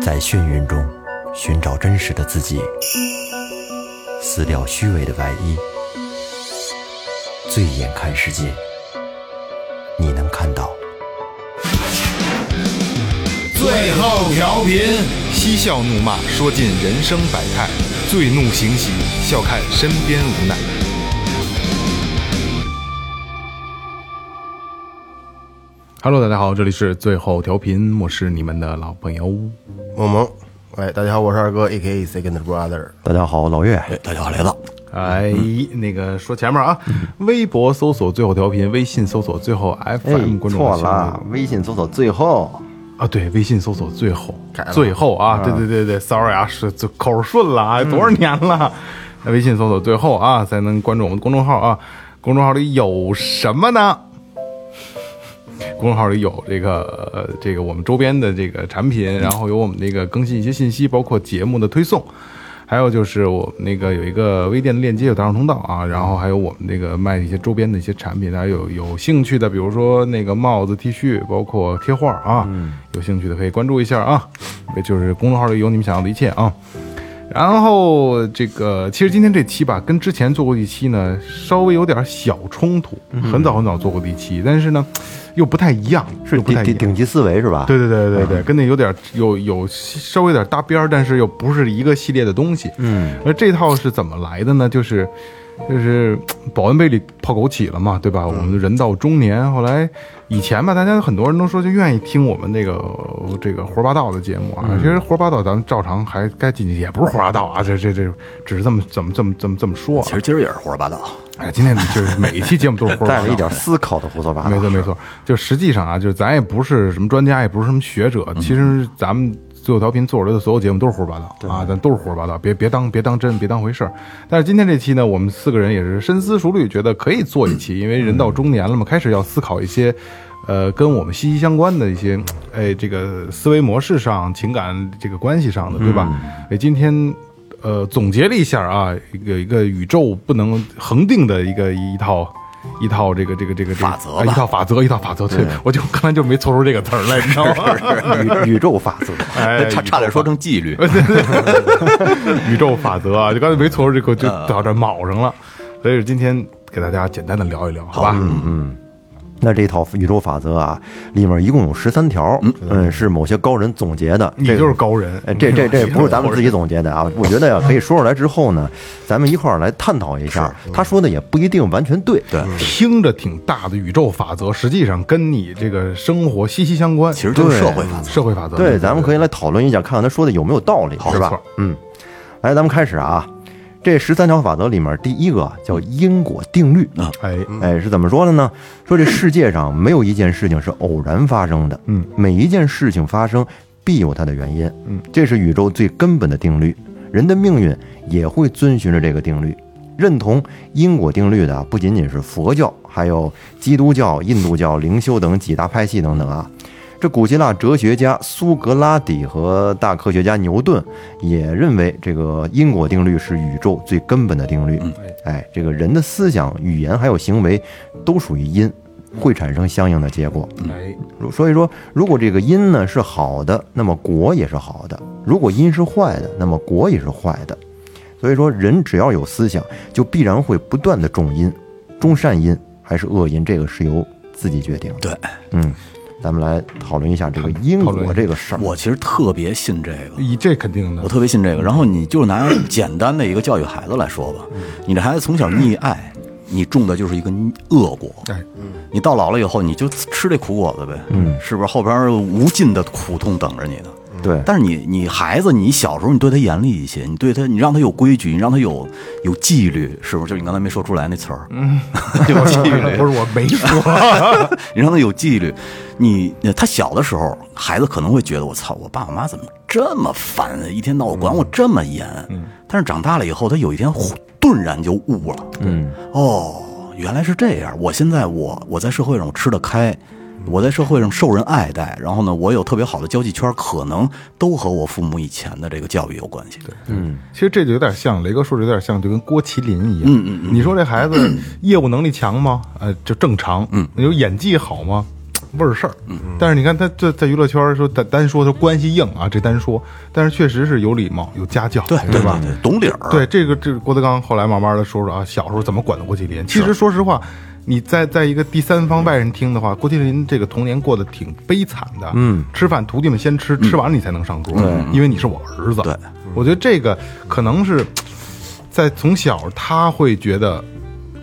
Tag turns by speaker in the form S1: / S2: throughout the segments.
S1: 在眩晕中寻找真实的自己，撕掉虚伪的外衣，醉眼看世界，你能看到。
S2: 最后调频，
S3: 嬉笑怒骂，说尽人生百态；醉怒行喜，笑看身边无奈。Hello，大家好，这里是最后调频，我是你们的老朋友。
S4: 萌萌，哎，大家好，我是二哥，A K A Second Brother。
S1: 大家好，老岳，
S4: 大家好，雷子。
S3: 哎，那个说前面啊，微博搜索最后调频，微信搜索最后 FM，关注我
S5: 哎错
S4: 啊
S5: 了，微信搜索最后，
S3: 啊，对，微信搜索最后
S4: 改了，嗯
S3: 最后啊，对对对对，sorry 啊，是这口顺了啊，多少年了？那微信搜索最后啊，才能关注我们公众号啊。公众号里有什么呢？公众号里有这个呃这个我们周边的这个产品，然后有我们那个更新一些信息，包括节目的推送，还有就是我们那个有一个微店的链接，有打赏通道啊，然后还有我们那个卖一些周边的一些产品，大家有有兴趣的，比如说那个帽子、T 恤，包括贴画啊，有兴趣的可以关注一下啊，就是公众号里有你们想要的一切啊。然后这个，其实今天这期吧，跟之前做过一期呢，稍微有点小冲突，很早很早做过的一期，但是呢，又不太一样，
S5: 是
S3: 又不
S5: 顶
S3: 太一
S5: 顶
S3: 样。
S5: 顶级思维是吧？
S3: 对对对对对，跟那有点有有稍微有点搭边儿，但是又不是一个系列的东西。嗯，而这套是怎么来的呢？就是就是保温杯里泡枸杞了嘛，对吧？我
S5: 嗯
S3: 们人到中年，后来以前吧，大家很多人都说就愿意听我们那个这个胡说八道的节目啊。
S5: 嗯
S3: 其实胡说八道咱们照常还该进去，也不是胡说八道啊，这这这只是这么怎么这么这么这么说啊。
S4: 其实今儿也是胡说八道，
S3: 哎，今天就是每一期节目都是胡说八
S5: 带
S3: 道，
S5: 着一点思考的胡说八道，
S3: 没错没错，就实际上啊，就是咱也不是什么专家，也不是什么学者，其实咱们最后调频做出来的所有节目都是胡说八道啊，咱都是胡说八道，别别当别当真，别当回事儿。但是今天这期呢，我们四个人也是深思熟虑，觉得可以做一期，因为人到中年了嘛，开始要思考一些。呃，跟我们息息相关的一些，哎，这个思维模式上、情感这个关系上的，对吧？哎，今天呃总结了一下啊，一个一个宇宙不能恒定的一个一套一套这个这个这个这个
S4: 法则吧
S3: 啊一套法则，一套法则。对，我就刚才就没凑出这个词儿来，你知道 吗？
S5: 宇宇宙法 则，
S3: 哎，
S2: 差差点说成纪律。
S3: 宇宙法则啊，就刚才没错，这个就到这儿卯上了。所以今天给大家简单的聊一聊，好吧？嗯
S5: 那这套宇宙法则啊，里面一共有十三条，嗯，是某些高人总结的。
S3: 你
S5: 这个
S3: 就是高人，
S5: 哎这这这不是咱们自己总结的啊！我觉得呀，可以说出来之后呢，咱们一块儿来探讨一下。他说的也不一定完全对，嗯对，
S3: 听着挺大的宇宙法则，实际上跟你这个生活息息相关。
S4: 其实就是社会法则。
S3: 社会法则，
S5: 对，咱们可以来讨论一下，看看他说的有没有道理，是
S3: 没错
S5: 吧？嗯，来，咱们开始啊。这十三条法则里面，第一个叫因果定律。
S3: 哎，
S5: 哎，是怎么说的呢？说这世界上没有一件事情是偶然发生的，
S3: 嗯，
S5: 每一件事情发生必有它的原因，
S3: 嗯，
S5: 这是宇宙最根本的定律，人的命运也会遵循着这个定律。认同因果定律的啊不仅仅是佛教，还有基督教、印度教、灵修等几大派系等等啊。这古希腊哲学家苏格拉底和大科学家牛顿也认为，这个因果定律是宇宙最根本的定律。哎，这个人的思想、语言还有行为都属于因，会产生相应的结果。
S3: 哎，
S5: 如所以说，如果这个因呢是好的，那么果也是好的；如果因是坏的，那么果也是坏的。所以说，人只要有思想，就必然会不断的种因，种善因还是恶因，这个是由自己决定的。
S4: 对，
S5: 嗯，咱们来讨论一下这个因
S3: 讨论一
S5: 果
S3: 下
S5: 这个事儿。
S4: 我其实特别信这个，
S3: 以这肯定的
S4: 我，特别信这个。然后你就拿简单的一个教育孩子来说吧，你这孩子从小溺爱，你种的就是一个恶果。
S3: 哎，
S4: 你到老了以后，你就吃这苦果子呗，嗯，是不是？后边无尽的苦痛等着你呢。
S5: 对，
S4: 但是你你孩子，你小时候你对他严厉一些，你对他，你让他有规矩，你让他有有纪律，是不是？就是你刚才没说出来那词儿，嗯， 有纪律，
S3: 不是我没说，
S4: 你让他有纪律。你呃他小的时候，孩子可能会觉得我操，我爸我妈怎么这么烦啊，一天到晚管我这么严。但是长大了以后，他有一天忽顿然就悟了，嗯，哦，原来是这样。我现在我我在社会上我吃得开。我在社会上受人爱戴，然后呢，我有特别好的交际圈，可能都和我父母以前的这个教育有关系。对，
S3: 其实这就有点像雷哥说，这有点像，就跟郭麒麟一样。嗯 呃嗯味儿事儿。但是你看他这在娱乐圈儿说单单说他关系硬啊，这单说，但是确实是有礼貌、有家教，
S4: 对
S3: 对吧
S4: 嗯吧？？对懂理儿，
S3: 对，这个这个郭德纲后来慢慢的说说啊，小时候怎么管的郭麒麟。其实说实话，你在在一个第三方外人听的话，郭麒麟这个童年过得挺悲惨的。嗯，吃饭徒弟们先吃，吃完了你才能上桌，因为你是我儿子。
S4: 嗯对，
S3: 我觉得这个可能是在从小他会觉得。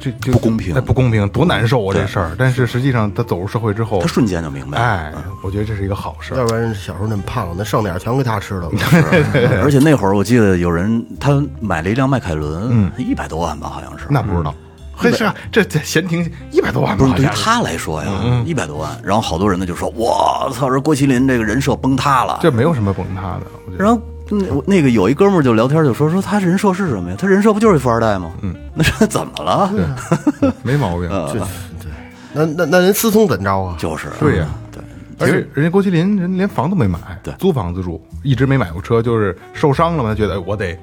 S3: 这这
S4: 不公平
S3: 哎不公平，多难受啊！这事儿，但是实际上他走入社会之后
S4: 他，瞬间就明白了。
S3: 哎，我觉得这是一个好事儿。
S6: 要不然小时候那么胖了，那剩点儿全给他吃了吧。
S4: 而且那会儿我记得有人他买了一辆迈凯伦，一百多万吧，好像是。
S3: 嗯那不知道，嘿，是啊，这这闲庭一百多万吧
S4: 嗯不是
S3: 好
S4: 对于
S3: 像是嗯
S4: 他来说呀，一百多万。然后好多人呢就说：“我操，这郭麒麟这个人设崩塌了。
S3: 这没有什么崩塌的。我觉”得
S4: 然后那我那个有一哥们儿就聊天就说：“说他人设是什么呀？他人设不就是一富二代吗？”嗯，那这 怎么了？
S3: 没毛病。
S4: 呃
S6: 那那那人思聪怎着啊？
S4: 就是
S3: 对呀
S4: 对，
S3: 而且人家郭麒麟人连房都没买，
S4: 对
S3: 租房子住，一直没买过车，就是受伤了嘛，他觉得哎我得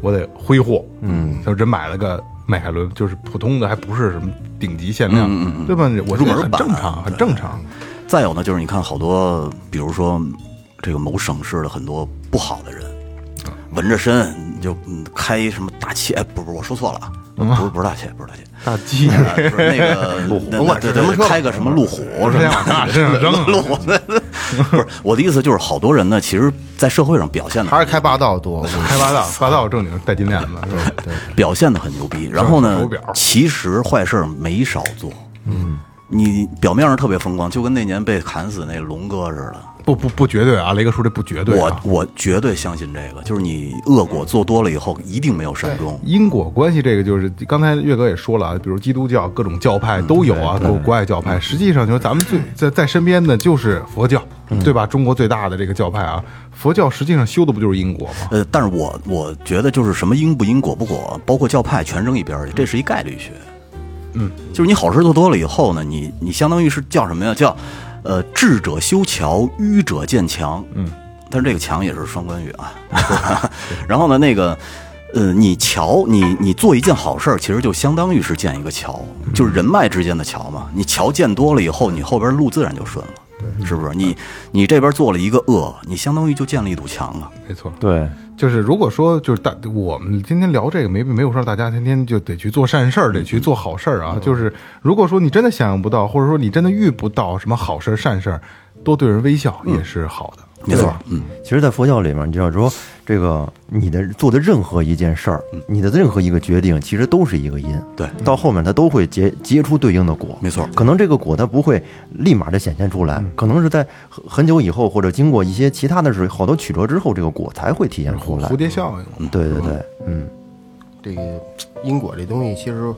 S3: 我得挥霍，嗯，就人买了个迈凯伦，就是普通的，还不是什么顶级限量，对吧？我
S4: 嗯入门
S3: 觉得很
S4: 版啊
S3: 正常，很正常。
S4: 再有呢，就是你看好多，比如说这个某省市的很多不好的人，
S3: 嗯
S4: 纹着身就嗯开什么大切，哎不不，我说错了啊，
S3: 嗯
S4: 不是不是大切，不是大切，
S3: 大 G，
S4: 呃不是那个路
S6: 甭管是什么车
S4: 开个什么路虎什
S3: 先往他身上扔
S4: 么路虎， 不是我的意思就是好多人呢，其实，在社会上表现的
S6: 还是开霸道多。
S3: 开霸道，霸道正经带金链子，是吧？
S4: 表现的很牛逼，然后呢
S3: 手表，
S4: 其实坏事儿没少做，嗯。你表面上特别风光，就跟那年被砍死那龙哥似的，
S3: 不不不绝对啊，雷哥说这不绝对
S4: 我
S3: 啊。
S4: 我绝对相信这个，就是你恶果做多了以后，一定没有善终。
S3: 因果关系这个就是刚才岳哥也说了啊，比如基督教各种教派都有啊，国国外教派，实际上就是咱们最在在身边的就是佛教，对吧？中国最大的这个教派啊，佛教实际上修的不就是因果吗？
S4: 呃，但是我我觉得就是什么因不因果不果，包括教派全扔一边儿去，这是一概率学。嗯，就是你好事做多了以后呢，你你相当于是叫什么呀？叫呃智者修桥，愚者建墙。嗯，但是这个墙也是双关语 啊。然后呢，那个呃，你桥，你你做一件好事儿，其实就相当于是建一个桥，就是人脉之间的桥嘛。你桥建多了以后，你后边路自然就顺了。是不是你你这边做了一个恶，你相当于就建了一堵墙啊？
S3: 没错，
S5: 对，
S3: 就是如果说就是大我们今天聊这个没没有说大家天天就得去做善事儿，得去做好事儿啊。就是如果说你真的想象不到，或者说你真的遇不到什么好事儿善事儿，多对人微笑也是好的。
S4: 没错，嗯，
S5: 其实，在佛教里面，你知道说，这个你的做的任何一件事儿，
S3: 嗯
S5: 你的任何一个决定，其实都是一个因。
S4: 对
S5: 到后面它都会结结出对应的果。
S4: 没错
S5: 可能这个果它不会立马就显现出来，可能是在很很久以后，或者经过一些其他的事好多曲折之后，这个果才会体现出来
S3: 蝴。蝶效应，
S5: 对对对，嗯，
S6: 这个因果这东西，其实，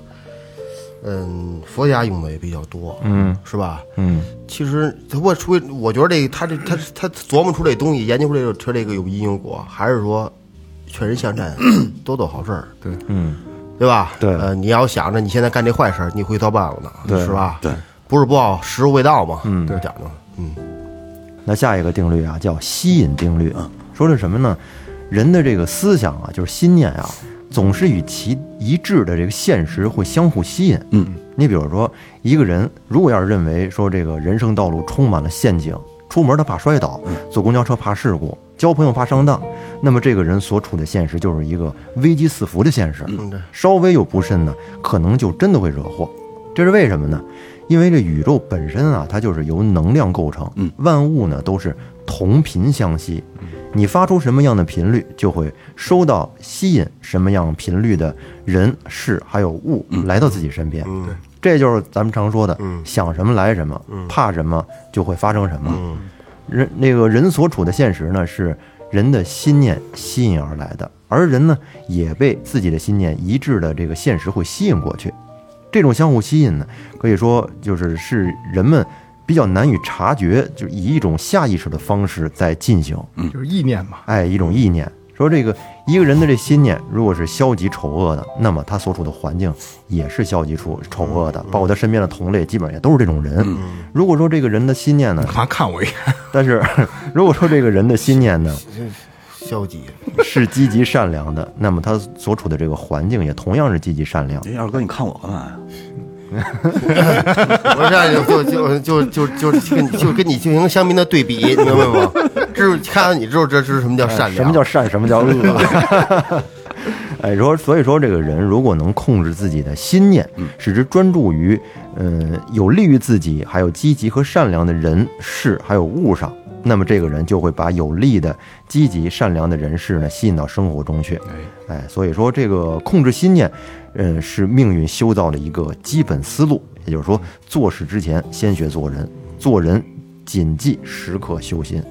S6: 嗯，佛家用的也比较多，嗯，是吧？嗯，其实他我出，我觉得这个他这他他琢磨出这东西，研究出这个车这个有因有果，还是说劝人向善，多做好事儿，
S3: 对，
S6: 对吧？
S5: 对
S6: 呃，你要想着你现在干这坏事儿，你会遭报呢，
S5: 对
S6: 是吧？
S4: 对，
S6: 不是不报，时候未到嘛，嗯，
S3: 对
S6: 讲究，嗯，
S5: 那下一个定律啊，叫吸引定律。说的是什么呢？人的这个思想啊，就是心念啊，总是与其一致的这个现实会相互吸引。嗯，你比如说，一个人如果要是认为说这个人生道路充满了陷阱，出门他怕摔倒，坐公交车怕事故，交朋友怕上当，那么这个人所处的现实就是一个危机四伏的现实。稍微有不慎呢，可能就真的会惹祸。这是为什么呢？因为这宇宙本身啊，它就是由能量构成，嗯，万物呢都是同频相吸，你发出什么样的频率，就会收到吸引什么样频率的人、事还有物来到自己身边，对，这就是咱们常说的，想什么来什么，怕什么就会发生什么。人那个人所处的现实呢，是人的心念吸引而来的，而人呢也被自己的心念一致的这个现实会吸引过去。这种相互吸引呢，可以说就是是人们比较难以察觉，就以一种下意识的方式在进行。
S3: 就是意念嘛。
S5: 哎，一种意念，说这个一个人的这心念如果是消极丑恶的，那么他所处的环境也是消极丑丑恶的，包括他身边的同类，基本上也都是这种人。如果说这个人的心念呢，
S3: 干嘛看我一眼？
S5: 但是 如果说这个人的心念呢
S6: 消极，
S5: 是积极善良的，那么他所处的这个环境也同样是积极善良。
S4: 哎，二哥，你看我干嘛呀？
S6: 我这样就就就就就就跟就跟你进行相民的对比，你明白吗？知看看你知道这是什么叫善
S5: 哎
S6: 良，
S5: 什么叫善，什么叫恶。 哎，说所以说这个人如果能控制自己的心念，使之专注于，嗯、有利于自己，还有积极和善良的人事还有物上，那么这个人就会把有利的、积极、善良的人事呢吸引到生活中去。哎，所以说这个控制心念，嗯，是命运修造的一个基本思路。也就是说，做事之前先学做人，做人谨记时刻修心。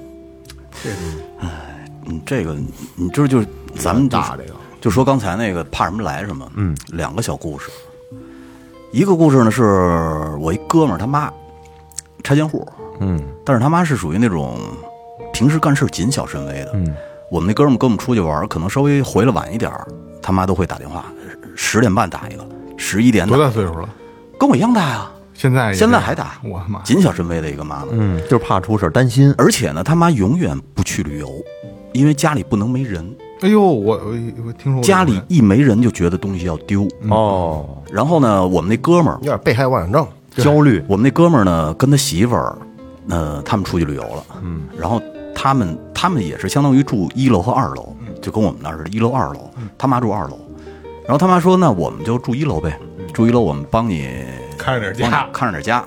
S4: 嗯，这个你知道，就是咱们打这个，就说刚才那个怕什么来什么，嗯，两个小故事，一个故事呢是我一哥们儿他妈拆迁户，嗯，但是他妈是属于那种平时干事谨小慎微的，嗯，我们那哥们儿跟我们出去玩儿，可能稍微回来晚一点儿，他妈都会打电话，十点半打一个，十一点打
S3: 多，大岁数了？
S4: 跟我一样大呀，
S3: 现在也
S4: 现在还打，
S3: 我的妈！
S4: 谨小慎微的一个妈妈，
S5: 嗯，就是怕出事儿，担心。
S4: 而且呢，他妈永远不去旅游，因为家里不能没人。
S3: 哎呦，我我我听说过
S4: 家里一没人就觉得东西要丢。
S5: 哦，
S4: 然后呢，我们那哥们儿
S6: 有，点被害妄想症。
S5: 焦虑，
S4: 我们那哥们儿呢，跟他媳妇儿，呃，他们出去旅游了，嗯，然后他们他们也是相当于住一楼和二楼，
S2: 嗯
S4: 就跟我们那儿似的，一楼二楼，他妈住二楼，然后他妈说，那我们就住一楼呗，住一楼我们帮你
S2: 嗯看着点
S4: 帮
S2: 家
S4: 你，看着点家。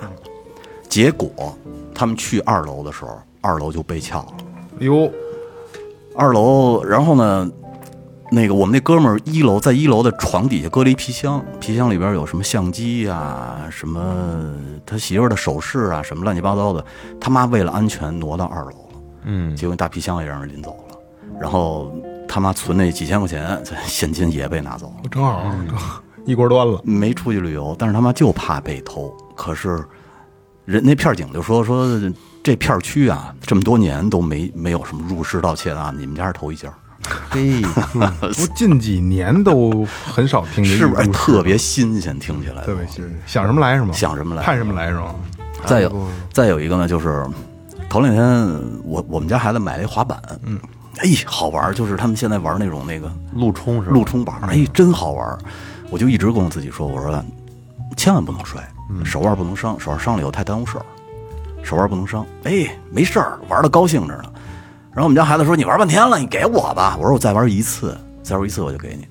S4: 结果他们去二楼的时候，二楼就被撬了。
S3: 哎呦，
S4: 二楼，然后呢，那个我们那哥们儿一楼在一楼的床底下搁了一皮箱，皮箱里边有什么相机啊，什么他媳妇儿的首饰啊，什么乱七八糟的。他妈为了安全挪到二楼了，嗯，结果那大皮箱也让人拎走了，然后他妈存那几千块钱这现金也被拿走了。
S3: 我正好正好
S4: 嗯
S3: 一锅端了。
S4: 没出去旅游，但是他妈就怕被偷。可是人那片儿警就说说这片儿区啊，这么多年都没没有什么入室盗窃的案，你们家是头一家。
S5: 嘿，
S3: 我近几年都很少听见，
S4: 呃是不是哎
S3: 一股
S4: 特别新鲜？听起来
S3: 特别新？想什么来什么，
S4: 想什么来
S3: 看什么来什么。
S4: 再有再有一个呢，就是头两天我我们家孩子买了一滑板，嗯，哎，好玩儿，就是他们现在玩那种那个
S5: 路冲是吧？
S4: 路冲板儿，哎，真好玩儿。我就一直跟我自己说，我说千万不能摔，
S3: 嗯
S4: 手腕不能伤，手腕伤了以后太耽误事儿，手腕不能伤。哎，没事儿，玩的高兴着呢。然后我们家孩子说：“你玩半天了，你给我吧。”我说：“我再玩一次，再玩一次我就给你。”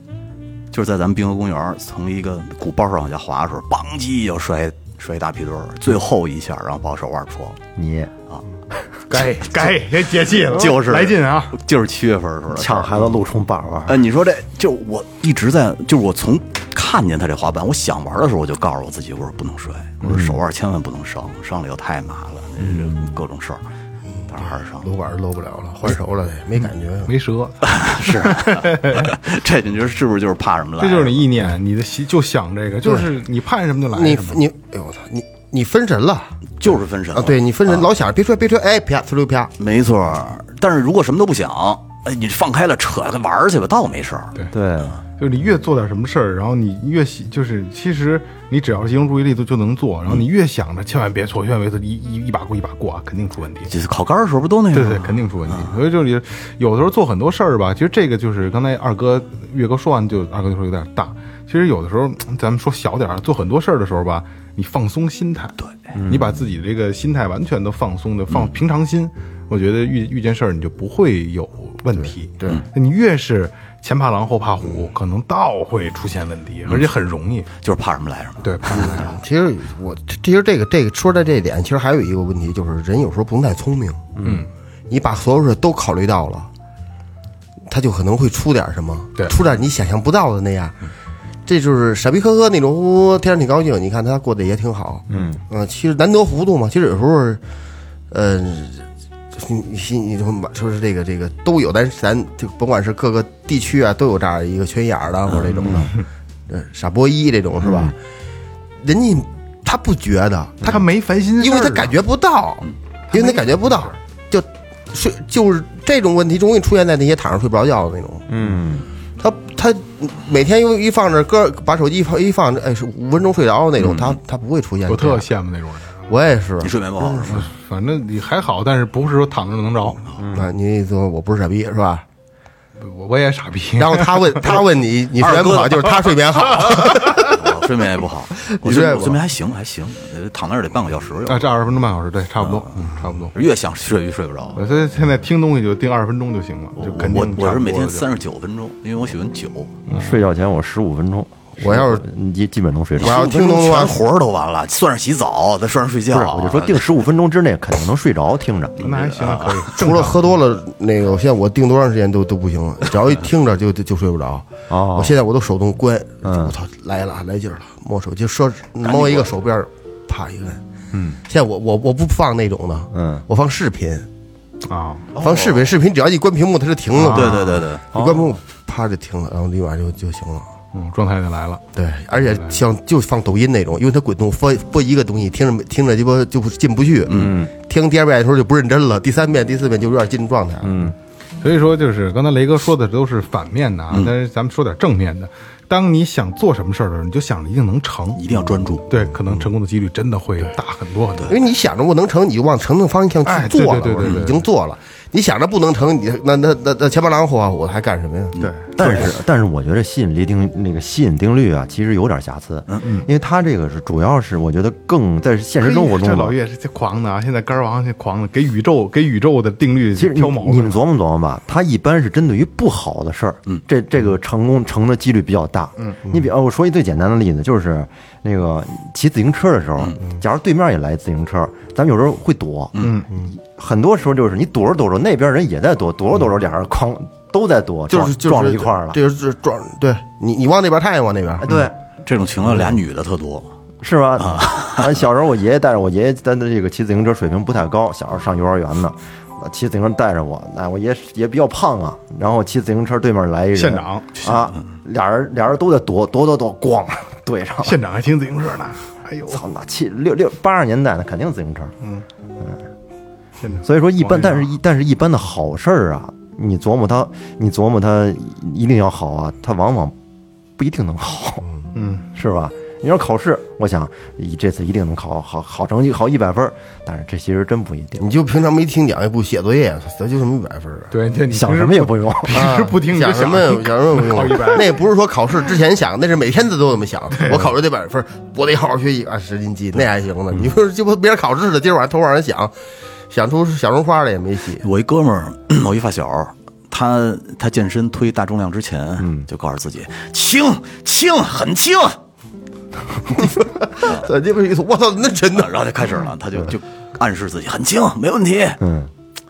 S4: 就是在咱们滨河公园，从一个古包上往下滑的时候，梆叽就摔摔一大屁墩儿，最后一下，然后把我手腕戳了。
S5: 你
S3: 该该也解气了，
S4: 就是
S3: 来劲啊！
S4: 就是七月份的时候的事儿
S5: 抢孩子路冲板玩儿，
S4: 呃，你说这就我一直在，就是我从看见他这滑板，我想玩的时候，我就告诉我自己，我说不能摔，我说手腕千万不能伤，伤了以后太麻了，那是各种事儿，但是还是伤
S3: 嗯
S4: 了。
S6: 楼板儿搂不了了，换手了，没感觉。
S3: 没折，
S4: 这你说是不是就是怕什么来？
S3: 这就是你意念，你的习就想这个，就是你盼什么就来
S6: 你
S3: 什么。
S6: 你，哎呦我操，你你分神了
S4: 就是分神
S6: 啊！对你分神，老想着别摔别摔，哎啪呲溜啪，
S4: 没错儿。但是如果什么都不想，哎，你放开了扯开玩儿去吧，倒没事儿。
S5: 对，
S3: 就是你越做点什么事儿，然后你越喜，就是其实你只要集中注意力就就能做，然后你越想着千万别错，千万别错，一一一把过一把过，啊，肯定出问题。
S4: 就是烤干儿的时候不
S6: 嗯
S4: 都那样
S3: 对
S4: 吗？
S3: 对，肯定出问
S6: 啊
S3: 题。所以就是也有的时候做很多事儿吧，其实这个就是刚才二哥岳哥说完就二哥就说有点大。其实有的时候咱们说小点儿，做很多事儿的时候吧，你放松心态，对，你把自己这个心态完全都放松的
S6: 嗯
S3: 放平常心，我觉得遇遇见事儿你就不会有问题。对，你越是前怕狼后怕虎，可能倒会出现问题，而且很容
S6: 嗯
S3: 易。嗯
S4: 就是怕什么来什么。
S3: 对，怕狼后
S6: 啊其实我其实这个这个说到这一点，其实还有一个问题就是，人有时候不能太聪明。嗯，你把所有事都考虑到了，他就可能会出点什么，
S3: 对
S6: 出点你想象不到的那样。这就是傻逼呵呵那种，哦天上挺高兴。你看他过得也挺好，嗯其实难得糊涂嘛。其实有时候，呃，你你你说嘛说是这个这个都有，但是咱就甭管是各个地区啊，都有这样一个缺心眼儿的或者这种的，呃，傻波一这种是吧？人家他不觉得，他
S3: 他没烦心事儿啊，嗯
S6: 因为他感觉不到，因为他感觉不到，就睡就是这种问题，容易出现在那些躺着睡不着觉的那种。嗯，他他每天又一放着歌，把手机一放一放着，哎，是五分钟睡着的那种，他他不会出现。
S3: 我特，羡慕那种人。
S6: 我也是
S4: 嗯你睡眠不好是吗？
S3: 反正你还好，但是不是说躺着就能着？
S6: 啊，你说我不是傻逼是 吧？
S3: 我我也傻逼。
S6: 然后他问他问你，你睡眠不好，就是他睡眠好。
S4: 我睡眠也不好。我
S6: 你睡
S4: 睡
S6: 也
S4: 我
S6: 不
S4: 睡
S6: 好
S4: 眠还行还行，呃躺那儿得半个小时
S3: 啊，
S4: 有，
S3: 这二十分钟半小时，对，差不多，嗯，差不多。
S4: 越想睡越睡不着。
S3: 我现在现在听东西就定二十分钟就行了，就
S4: 我
S3: 肯定
S4: 我我是每天
S3: 差
S4: 三十九分钟，因为我喜欢酒，
S5: 睡觉前我十五分钟，
S6: 我要是
S5: 基基本能睡着
S6: 我。要听
S4: 15分钟
S6: 懂
S4: 全
S6: 了，
S4: 活儿都完了，算上洗澡，再算上睡觉
S5: 不是，，我就说定十五分钟之内肯定能睡着，听着。
S3: 不多就那还
S5: 啊
S3: 行，啊可以。
S6: 除了喝多了，那个我现在我定多长时间都都不行了，只要一听着就就就睡不着。
S5: 哦
S6: 我现在我都手动关，我操来了来劲儿了，摸手机说摸一个手边儿，啪一摁。嗯，现在我我我不放那种的，嗯，我放视频，
S3: 啊，
S6: 放视频，视频只要一关屏幕它就停了，
S4: 哦对对对对，
S6: 一关屏幕啪就停了，然后立马就就行了。
S3: 嗯，状态就来了。
S6: 对，而且像就放抖音那种，因为它滚动播播一个东西，听着听着鸡巴就不进不去，嗯，听第二遍的时候就不认真了，第三遍、第四遍就有点进入状态，嗯，
S3: 所以说，就是刚才雷哥说的都是反面的啊，
S5: 嗯
S3: 但是咱们说点正面的。当你想做什么事儿的时候，你就想着一定能成，
S4: 一定要专注。
S3: 对，可能成功的几率真的会大很多很多
S6: 因。为你想着我能成，你就往成的方向
S3: 哎
S6: 去
S3: 对
S6: 做了，
S3: 对对对
S6: 我
S3: 对
S6: 已经做了。你想着不能成，你那那那那前面狼虎啊，我还干什么呀？对，
S5: 但是，但是我觉得吸引力定那个吸引定律啊，其实有点瑕疵。嗯嗯，因为它这个是主要是我觉得更在现实生活中
S3: 这
S5: 吧
S3: 老。岳是这狂的啊！现在肝儿王这狂的，给宇宙给宇宙的定律
S5: 其实你
S3: 挑毛
S5: 你
S3: 病
S5: 们。琢磨琢磨吧，它一般是针对于不好的事儿，嗯，这这个成功成的几率比较大。嗯，你比呃我说一最简单的例子，就是那个骑自行车的时候，假如对面也来自行车，咱们有时候会躲，嗯嗯，很多时候就是你躲着躲着，那边人也在躲，躲着躲着，俩人哐都在躲，
S6: 就
S5: 撞
S6: 是就是
S5: 撞到一块儿了。
S6: 这就是撞，对你你往那边，他也往那边
S5: 哎，，对，
S4: 这种情况俩女的特多，
S5: 是吧？啊， 小时候我爷爷带着我，爷爷他的这个骑自行车水平不太高，小时候上幼儿园呢，骑自行车带着我，那我爷也比较胖啊，然后骑自行车对面来一人，
S3: 县长
S5: 啊，俩人俩人都在躲躲躲躲，咣 怼上，
S3: 县长还骑自行车呢，哎呦，
S5: 操那七六六八十年代那肯定自行车，嗯
S3: 县长
S5: 所以说一般，
S3: 往这
S5: 但是一但是一般的好事儿啊，你琢磨它，你琢磨它一定要好啊，它往往不一定能好，
S3: 嗯，
S5: 是吧？你要考试，我想咦这次一定能考好好成绩，考一百分儿，但是这其实真不一定。
S6: 你就平常没听讲也不写作业，咱就这么一百分儿啊。
S3: 对，这你
S5: 想
S3: 平时
S5: 什么也不用，
S3: 平时不听，你就
S6: 想什么呀啊 想什么不
S3: 考
S6: 用
S3: 一百，
S6: 那不是说考试之前想，那是每天都这么想。我考试得百分儿，我得好好学习啊，十斤鸡那还行呢。
S3: 嗯
S6: 你说鸡巴别人考试了，今儿晚上偷让人想，想出想出花来也没戏。
S4: 我一哥们儿， 我一发小，他他健身推大重量之前，就告诉自己轻轻很轻，
S6: 这鸡巴一说我操，那真的
S4: 然后就开始了，他就就暗示自己很轻，没问题，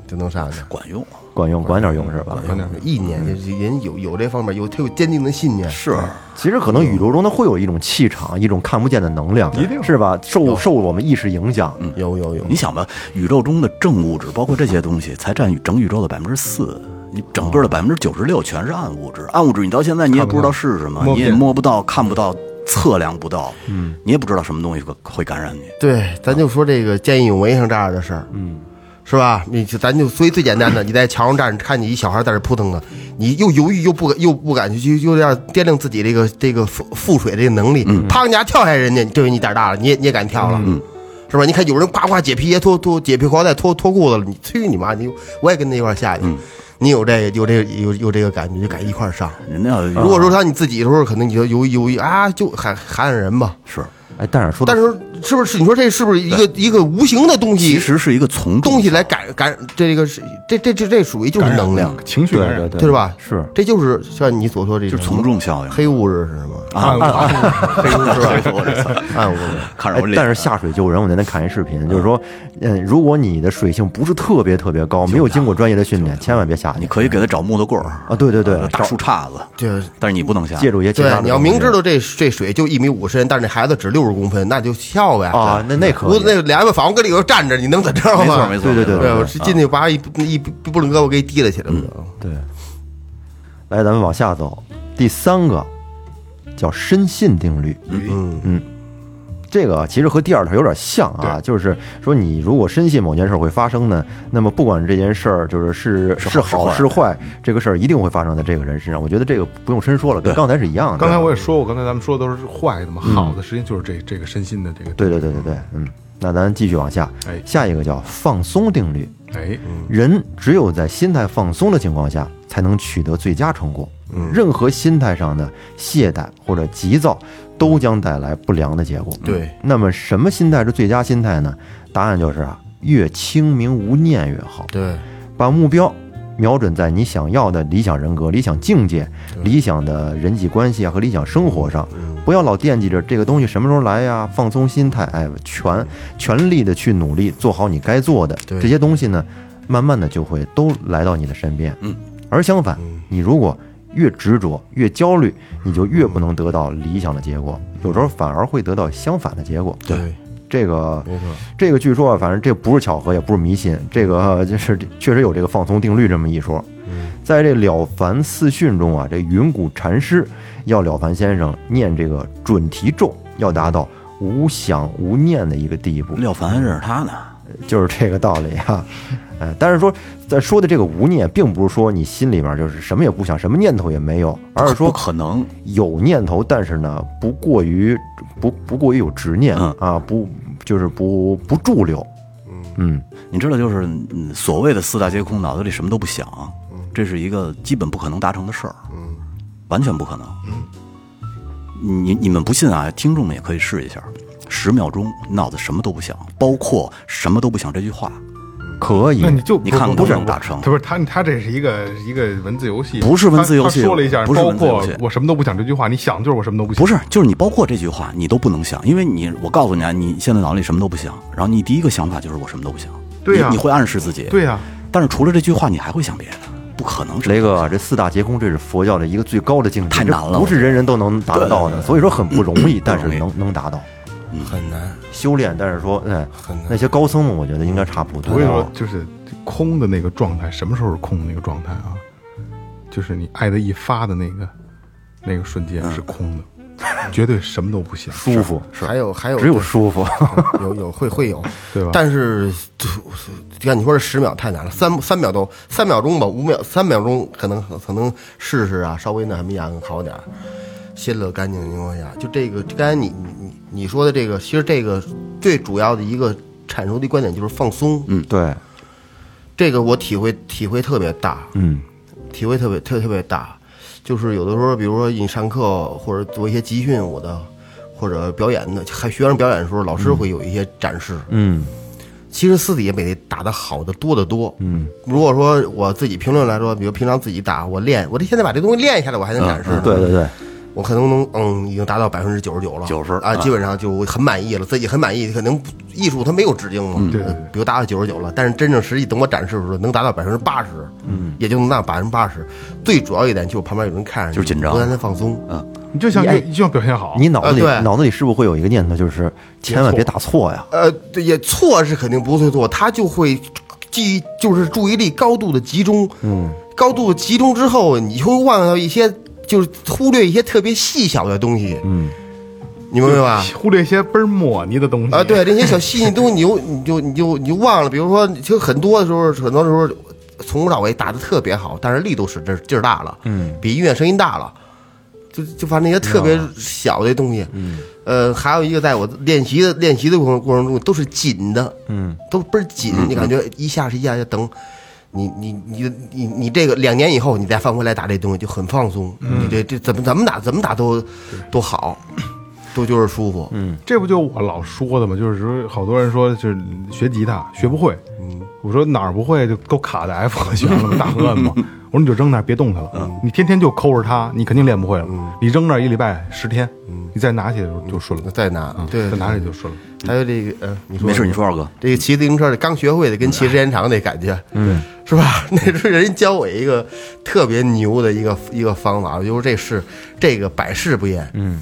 S6: 就能上去。
S4: 管用。
S5: 嗯管用管点用是吧？
S6: 意念就是人有有这方面有他有坚定的信念，
S4: 是，
S5: 嗯
S4: 啊
S5: 其实可能宇宙中它会有一种气场，一种看不见的能量，一定嗯是吧？受受我们意识影响，
S6: 有有有
S4: 你。想吧，宇宙中的正物质，包括这些东西，才占宇整宇宙的百分之四。你整个的百分之九十六全是暗物质，暗物质你到现在你也不知道是什么，
S3: 摸不
S4: 你也
S3: 见
S4: 摸不到、看不到、测量不到，嗯，你也不知道什么东西会会感染你。
S6: 对，咱就说这个见义勇为上这样的事儿，嗯，是吧？你就咱就所以最简单的，你在桥上站着，看你一小孩在这扑腾呢，你又犹豫又不敢又不敢去，又有点掂量自己这个这个腹腹水这个能力，啪一下跳下人家，这回你胆大了，你也你也敢跳了，嗯。是吧？你看有人呱呱解皮鞋脱脱解皮裤带脱脱裤子了，你去你妈！你我也跟那一块儿下去，你有这个有这个有有这个感觉，就敢一块儿上。
S4: 人家要
S6: 如果说让你自己的时候，可能你就犹豫犹豫啊，就喊喊喊人吧。
S4: 是，
S5: 哎，但是说到
S6: 但是是不是你说这是不是一个一个无形的东西？
S4: 其实是一个从众
S6: 东西来感感这个是这这这这属于就是能量，
S3: 情绪感
S5: 对对，
S3: 染
S5: 对，
S6: 对吧？
S5: 是
S6: 这就是像你所说这
S4: 就
S6: 种
S4: 是从众效应
S6: 黑物质是吗？
S3: 暗
S5: 啊
S3: 暗
S6: 黑物质是吧？
S4: 我这操
S6: 暗物质。
S4: 看着我
S5: 哎
S4: 脸，
S5: 但是下水救人，我那天看一视频，就是说，嗯，如果你的水性不是特别特别高，没有经过专业的训练，千万别下去
S4: 你可以给他找木头棍儿呃
S5: 啊！对对对，
S4: 大树杈子，
S6: 对
S4: 但是你不能下。
S5: 借助一些其他
S6: 对
S5: 的，
S6: 你要明知
S5: 东
S6: 道这这水就一米五深，但是那孩子只六十公分，那就跳呗
S5: 西啊，那那可
S6: 屋
S5: 以
S6: 子那俩人反正跟里头站着，你能咋着
S4: 没
S6: 吗？
S4: 错没错，
S5: 对对对
S6: 啊对，我是进去把一一不能胳膊给提了起来了。
S5: 对。来，咱们往下走，第三个叫深信定律。
S6: 嗯
S5: 这个其实和第二条有点像啊，就是说你如果深信某件事儿会发生呢，那么不管这件事儿就是是
S4: 是
S5: 是
S4: 好
S5: 好
S4: 是
S5: 是坏，这个事儿一定会发生在这个人身上。我觉得这个不用深说了，跟刚才是一样的。
S3: 刚才我也说过，刚才咱们说的都是坏的嘛，
S5: 嗯
S3: 好的实际就是这这个身心的这个，
S5: 对对对对对，嗯，那咱继续往下
S3: 哎，
S5: 下一个叫放松定律。
S3: 哎，
S5: 嗯人只有在心态放松的情况下，才能取得最佳成果。任何心态上的懈怠或者急躁，都将带来不良的结果。嗯
S6: 对，
S5: 那么什么心态是最佳心态呢？答案就是啊，越清明无念越好。
S6: 对，
S5: 把目标瞄准在你想要的理想人格、理想境界、理想的人际关系啊和理想生活上，不要老惦记着这个东西什么时候来呀，放松心态，哎，全全力的去努力，做好你该做的
S6: 对
S5: 这些东西呢，慢慢的就会都来到你的身边。
S4: 嗯，
S5: 而相反，你如果越执着、越焦虑，你就越不能得到理想的结果，有时候反而会得到相反的结果。
S6: 对，
S5: 这个
S6: 没错，
S5: 这个据说啊，反正这不是巧合，也不是迷信，这个
S6: 嗯
S5: 呃就是确实有这个放松定律这么一说。在这《了凡四训》中啊，这云谷禅师要了凡先生念这个准提咒，要达到无想无念的一个地步，
S4: 廖凡认识他呢，
S5: 就是这个道理啊。 呃，但是说在说的这个无念，并不是说你心里边就是什么也不想，什么念头也没有，而是说
S4: 不可能，
S5: 有念头，但是呢，不过于不不过于有执念
S4: 嗯
S5: 啊，不就是不不驻留。嗯，
S4: 你知道，就是嗯所谓的四大皆空，脑子里什么都不想，
S3: 嗯
S4: 这是一个基本不可能达成的事儿，完全不可能。
S3: 嗯
S4: 你你们不信啊？听众们也可以试一下，十秒钟脑子什么都不想，包括什么都不想这句话，
S5: 可以
S3: 那。你就
S4: 你看看
S3: 不
S4: 能不能达成
S3: 他不是他，他这是一个一个文字游戏，
S4: 不是文字游戏
S3: 他他说了一下，
S4: 不是
S3: 包
S4: 文字游
S3: 括
S4: 戏
S3: 我什么都不想这句话，你想就是我什么都不想，
S4: 不是，就是你包括这句话，你都不能想，因为你我告诉你啊，你现在脑子里什么都不想，然后你第一个想法就是我什么都不想，
S3: 对呀
S4: 你你会暗示自己，
S3: 对呀、啊
S4: 但是除了这句话，你还会想别的，不可能。
S5: 雷哥，啊这四大皆空，这是佛教的一个最高的境界，
S4: 太难了
S5: 这不是人人都能达得到的，所以说很不容易，但是
S4: 不容
S5: 能能达到
S6: 很难，
S5: 修炼。但是说，哎
S6: 很，难
S5: 那些高僧们，我觉得应该差不多。
S3: 我
S4: 啊
S3: 跟你说，就是空的那个状态，什么时候是空的那个状态啊？就是你爱的一发的那个那个瞬间
S4: 嗯
S3: 是空的，绝对什么都不想，
S5: 舒服，
S6: 还有还有
S5: 只有
S6: 对
S5: 舒服。
S6: 有有会会有，
S3: 对吧
S6: 但是就像你说这十秒太难了，三三秒都三秒钟吧，五秒三秒钟可能可能试试啊，稍微那什么样好点儿，心乐干净的情况下，就这个刚才你你你你说的这个，其实这个最主要的一个阐述的观点就是放松，嗯，
S5: 对，
S6: 这个我体会体会特别大，
S5: 嗯，
S6: 体会特别特别特别大，就是有的时候，比如说你上课或者做一些集训，我的或者表演的，还学生表演的时候，老师会有一些展示，
S5: 嗯，
S6: 其实私底下比那打的好的多得多。嗯，如果说我自己评论来说，比如平常自己打，我练，我这现在把这东西练下来，我还能展示呢、
S5: 啊对对对，
S6: 我可能能嗯，已经达到百分之九十九了，
S4: 90
S6: 啊，基本上就很满意了，自己很满意。可能艺术它没有止境嘛，
S3: 对对对
S6: 比如达到九十九了，但是真正实际等我展示的时候，能达到百分之八十，嗯，也就能达到百分之八十。最主要一点就是旁边有人看着你，
S4: 就是紧张
S6: 不让他放松，
S3: 啊你就想
S5: 你爱
S3: 你就想表现好，
S5: 你脑子
S6: 啊对
S5: 里脑子里是不是会有一个念头，就是千万别打错呀？
S6: 呃，对也错是肯定不会错，他就会记，就是注意力高度的集中，嗯，高度集中之后，你会忘掉一些，就是忽略一些特别细小的东西，嗯，你明白吧？
S4: 啊
S3: 忽略一些倍儿抹你的东西
S6: 啊，对，这些小细腻东西，你就你就你就你就忘了。比如说，其实很多的时候，很多时候从头到尾打的特别好，但是力度使劲劲儿大了，嗯，比音乐声音大了，就就反正一些特别小的东西，嗯，呃，还有一个在我练习的练习的过程过程中都是紧的，嗯，都倍儿紧，你感觉一下是一下就等。你你你你你这个两年以后，你再翻回来打这东西就很放松，你这这怎么怎么打怎么打都都好，都就是舒服，嗯，
S3: 这不就我老说的吗？就是说，好多人说就是学吉他学不会，嗯，我说哪儿不会就都卡在 F 和弦了 嘛，大和摁嘛。我说你就扔那儿别动它了，
S4: 嗯
S3: 你天天就抠着它，你肯定练不会了。你扔那儿一礼拜十天，
S4: 嗯
S3: 你再拿起来就就顺了，
S6: 再拿对，
S3: 再
S6: 对
S3: 拿起来就顺了。
S6: 还有这个，呃，你说
S4: 没事，你说二哥，
S6: 这个骑自行车的刚学会的跟骑时间长的感觉，嗯， 是吧？那时候人教我一个特别牛的一个一个方法，就是这是这个百试不厌，嗯，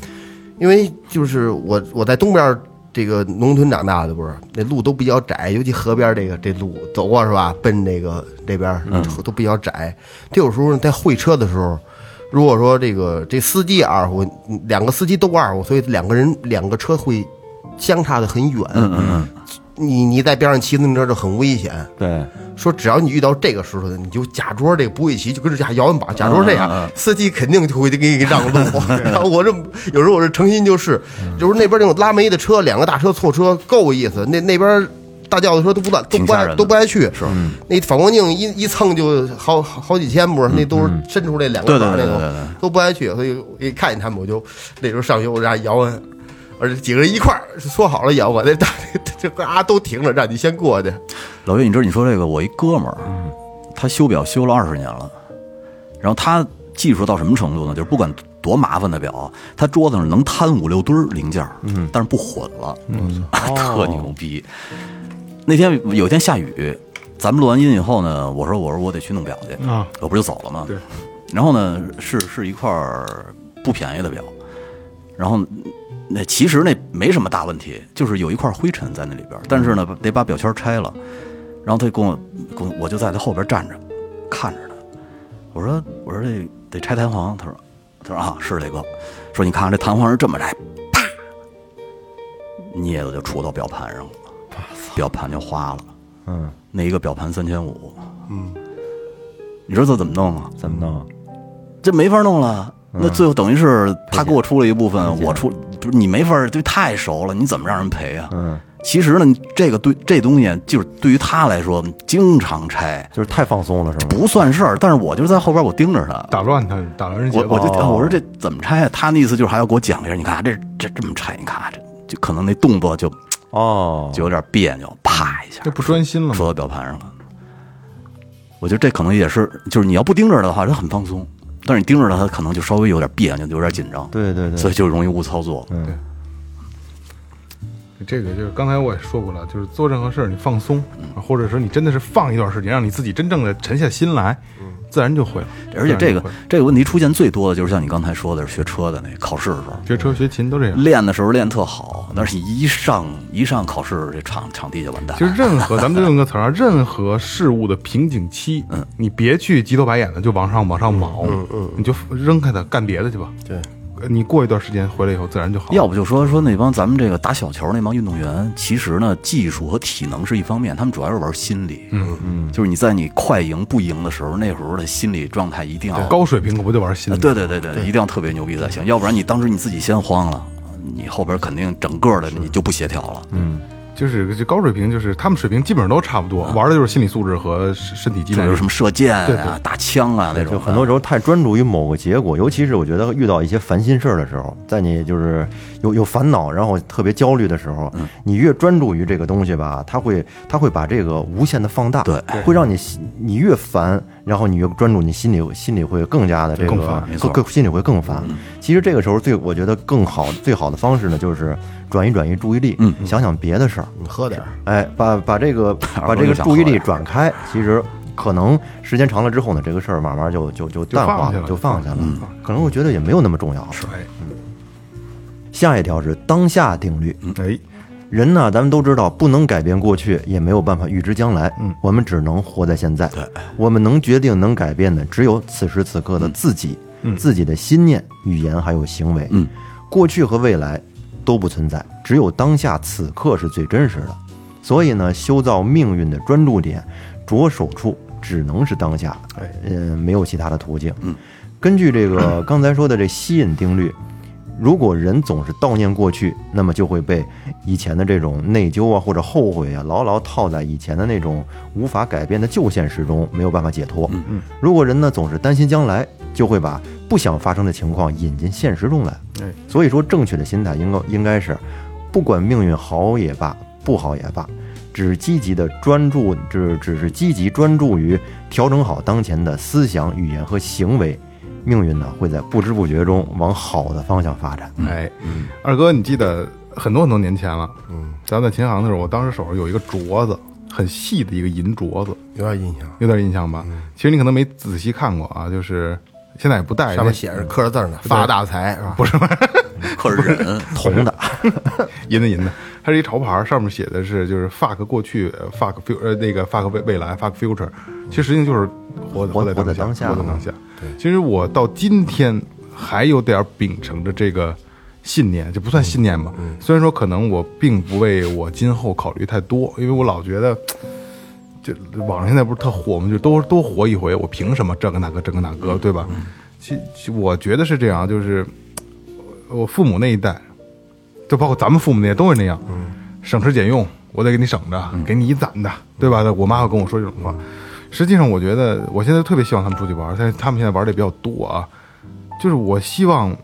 S6: 因为就是我我在东边儿这个农村长大的，不是那路都比较窄，尤其河边儿这个这路走过是吧？奔这个这边儿都比较窄，这有时候在会车的时候。如果说这个这司机也二乎，两个司机都二乎，所以两个人两个车会相差的很远。嗯嗯嗯，你你在边上骑自行车就很危险。
S5: 对，
S6: 说只要你遇到这个时候的，你就假装这个不会骑，就跟这家摇摇
S4: 啊
S6: 把，假装这样，司机肯定就会给你让路。 然后我这有时候我是诚心就是，就是那边那种拉煤的车，两个大车错车够意思，那那边大轿子车都不大都
S4: 挺
S6: 不
S4: 吓人
S6: 爱
S4: 的
S6: 都不爱去，
S4: 是
S6: 那反光镜一一蹭就好好好几千不是，那都是伸出来两个
S4: 嗯对对
S6: 板儿那
S4: 对对对
S6: 种
S4: 对，
S6: 都不爱去，所以我一看见他们我就那时候上学我让摇啊，而且几个人一块儿说好了摇我那大 这啊都停了，让你先过去，
S4: 老岳，你知道你说这个，我一哥们儿，他修表修了二十年了，然后他技术到什么程度呢？就是不管多麻烦的表，啊他桌子上能摊五六堆儿零件，嗯，但是不混了，嗯，特牛逼。那天有一天下雨，咱们录完音以后呢，我说我说我得去弄表去
S3: 啊，
S4: 我不就走了吗？
S3: 对。
S4: 然后呢，是是一块儿不便宜的表，然后那其实那没什么大问题，就是有一块灰尘在那里边儿，但是
S3: 嗯
S4: 呢得把表圈拆了。然后他就跟我跟我我就在他后边站着，看着他。我说我说这得拆弹簧，他说他说啊是这个，说你看啊看这弹簧是这么拆，啪，镊子就杵到表盘上了，表盘就花了，嗯，那一个表盘三千五，嗯，你说这怎么弄啊？
S5: 怎么弄？
S4: 这没法弄了。那最后等于是他给我出了一部分，我出嗯不是你没法，这太熟了，你怎么让人赔啊？
S5: 嗯，
S4: 其实呢，这个对这东西就是对于他来说，经常拆
S5: 就是太放松了，是吗？
S4: 不算事儿，但是我就在后边我盯着他，
S3: 打乱他，打乱人节
S4: 我我
S3: 奏。
S4: 就我说这怎么拆啊？他那意思就是还要给我讲一下，你看啊这这这么拆，你看啊这就可能那动作就
S5: 哦，
S4: 就有点别扭，啪一下
S3: 这，不专心了
S4: 说
S3: 吗？
S4: 到表盘上了。我觉得这可能也是，就是你要不盯着他的话，他很放松；但是你盯着他，他可能就稍微有点别扭，有点紧张。
S5: 对对
S4: 所
S5: 对
S4: 以，就容易误操作。
S5: 嗯，
S3: 这个就是刚才我也说过了，就是做任何事儿你放松，
S4: 嗯
S3: 或者说你真的是放一段时间，让你自己真正的沉下心来，自然就会了。
S4: 嗯而且这个
S3: 自然
S4: 这个问题出现最多的就是像你刚才说的，是学车的那个考试的时候，
S3: 就会学车学琴都这样。
S4: 练的时候练特好，但是一上一上考试，这场场地就完蛋
S3: 其。实任何，咱们就用个词儿啊，任何事物的瓶颈期，嗯，你别去急头白眼的就往上往上卯，嗯嗯，你就扔开它干别的去吧。
S6: 对，
S3: 呃你过一段时间回来以后自然就好了。
S4: 要不就说说那帮咱们这个打小球那帮运动员，其实呢，技术和体能是一方面，他们主要是玩心理。嗯嗯，就是你在你快赢不赢的时候，那时候的心理状态一定要
S3: 高水平可不就玩心
S4: 啊
S3: 理？
S4: 对对对对，一定要特别牛逼才行，要不然你当时你自己先慌了，你后边肯定整个的你就不协调了。嗯，
S3: 就是这高水平，就是他们水平基本上都差不多，玩的就是心理素质和身身体机
S4: 比
S3: 能
S4: 如。什么射箭
S3: 对
S4: 啊
S3: 对、
S4: 打枪啊那种的，
S5: 就很多时候太专注于某个结果，尤其是我觉得遇到一些烦心事儿的时候，在你就是有有烦恼，然后特别焦虑的时候，你越专注于这个东西吧，它会它会把这个无限的放大，
S4: 对，
S5: 会让你心你越烦，然后你越专注，你心里心里会更加的这个
S3: 更烦
S4: 没错
S5: 更更心里会更烦。其实这个时候最我觉得更好最好的方式呢，就是转移转移注意力，想想别的事儿，
S6: 你喝点儿，
S5: 哎，把把这个把这个注意力转开，其实可能时间长了之后呢，这个事儿慢慢就就就淡化了，就嗯
S3: 就
S5: 放
S3: 放
S5: 下
S3: 下
S5: 了，可能我觉得也没有那么重要了。嗯
S3: 哎
S5: 下一条是当下定律，
S3: 哎，
S5: 人呢，咱们都知道不能改变过去，也没有办法预知将来，嗯，我们只能活在现在。对，我们能决定、能改变的，只有此时此刻的自己，自己的心念、语言还有行为。
S4: 嗯，
S5: 过去和未来都不存在，只有当下此刻是最真实的。所以呢，修造命运的专注点，着手处只能是当下，嗯、没有其他的途径。嗯，根据这个刚才说的这吸引定律，如果人总是悼念过去，那么就会被以前的这种内疚啊或者后悔啊，牢牢套在以前的那种无法改变的旧现实中，没有办法解脱。嗯，如果人呢总是担心将来，就会把不想发生的情况引进现实中来。所以说，正确的心态应该应该是，不管命运好也罢，不好也罢，只积极的专注，只只是积极专注于调整好当前的思想、语言和行为，命运呢会在不知不觉中往好的方向发展。
S3: 哎，二哥，你记得很多很多年前了，嗯，咱们在琴行的时候，我当时手上有一个镯子，很细的一个银镯子，
S6: 有点印象，
S3: 有点印象吧？
S6: 嗯
S3: 其实你可能没仔细看过啊，就是现在也不戴，
S6: 上面写着刻着字儿呢，发大财啊是吧？不是，
S4: 克制人，
S5: 铜的，
S3: 银的银的，它是一潮牌儿，上面写的是就是 fuck 过去呃，fuck f u 呃那个 fuck 未未来，fuck future，其实实际上就是活
S5: 活
S3: 在
S5: 活在当
S3: 当
S5: 下
S3: 活在当下。其实我到今天还有点秉承着这个信念，就不算信念吧。
S5: 嗯
S3: 虽然说可能我并不为我今后考虑太多，因为我老觉得。就网上现在不是特火吗？就都多活一回，我凭什么这个那个这个那
S5: 嗯
S3: 个，对吧？其其我觉得是这样，就是我父母那一代，就包括咱们父母那些都是那样，省吃俭用，我得给你省着，给你一攒着，对吧？我妈会跟我说这种话。实际上，我觉得我现在特别希望他们出去玩儿，但是他们现在玩的也比较多啊。就是我希望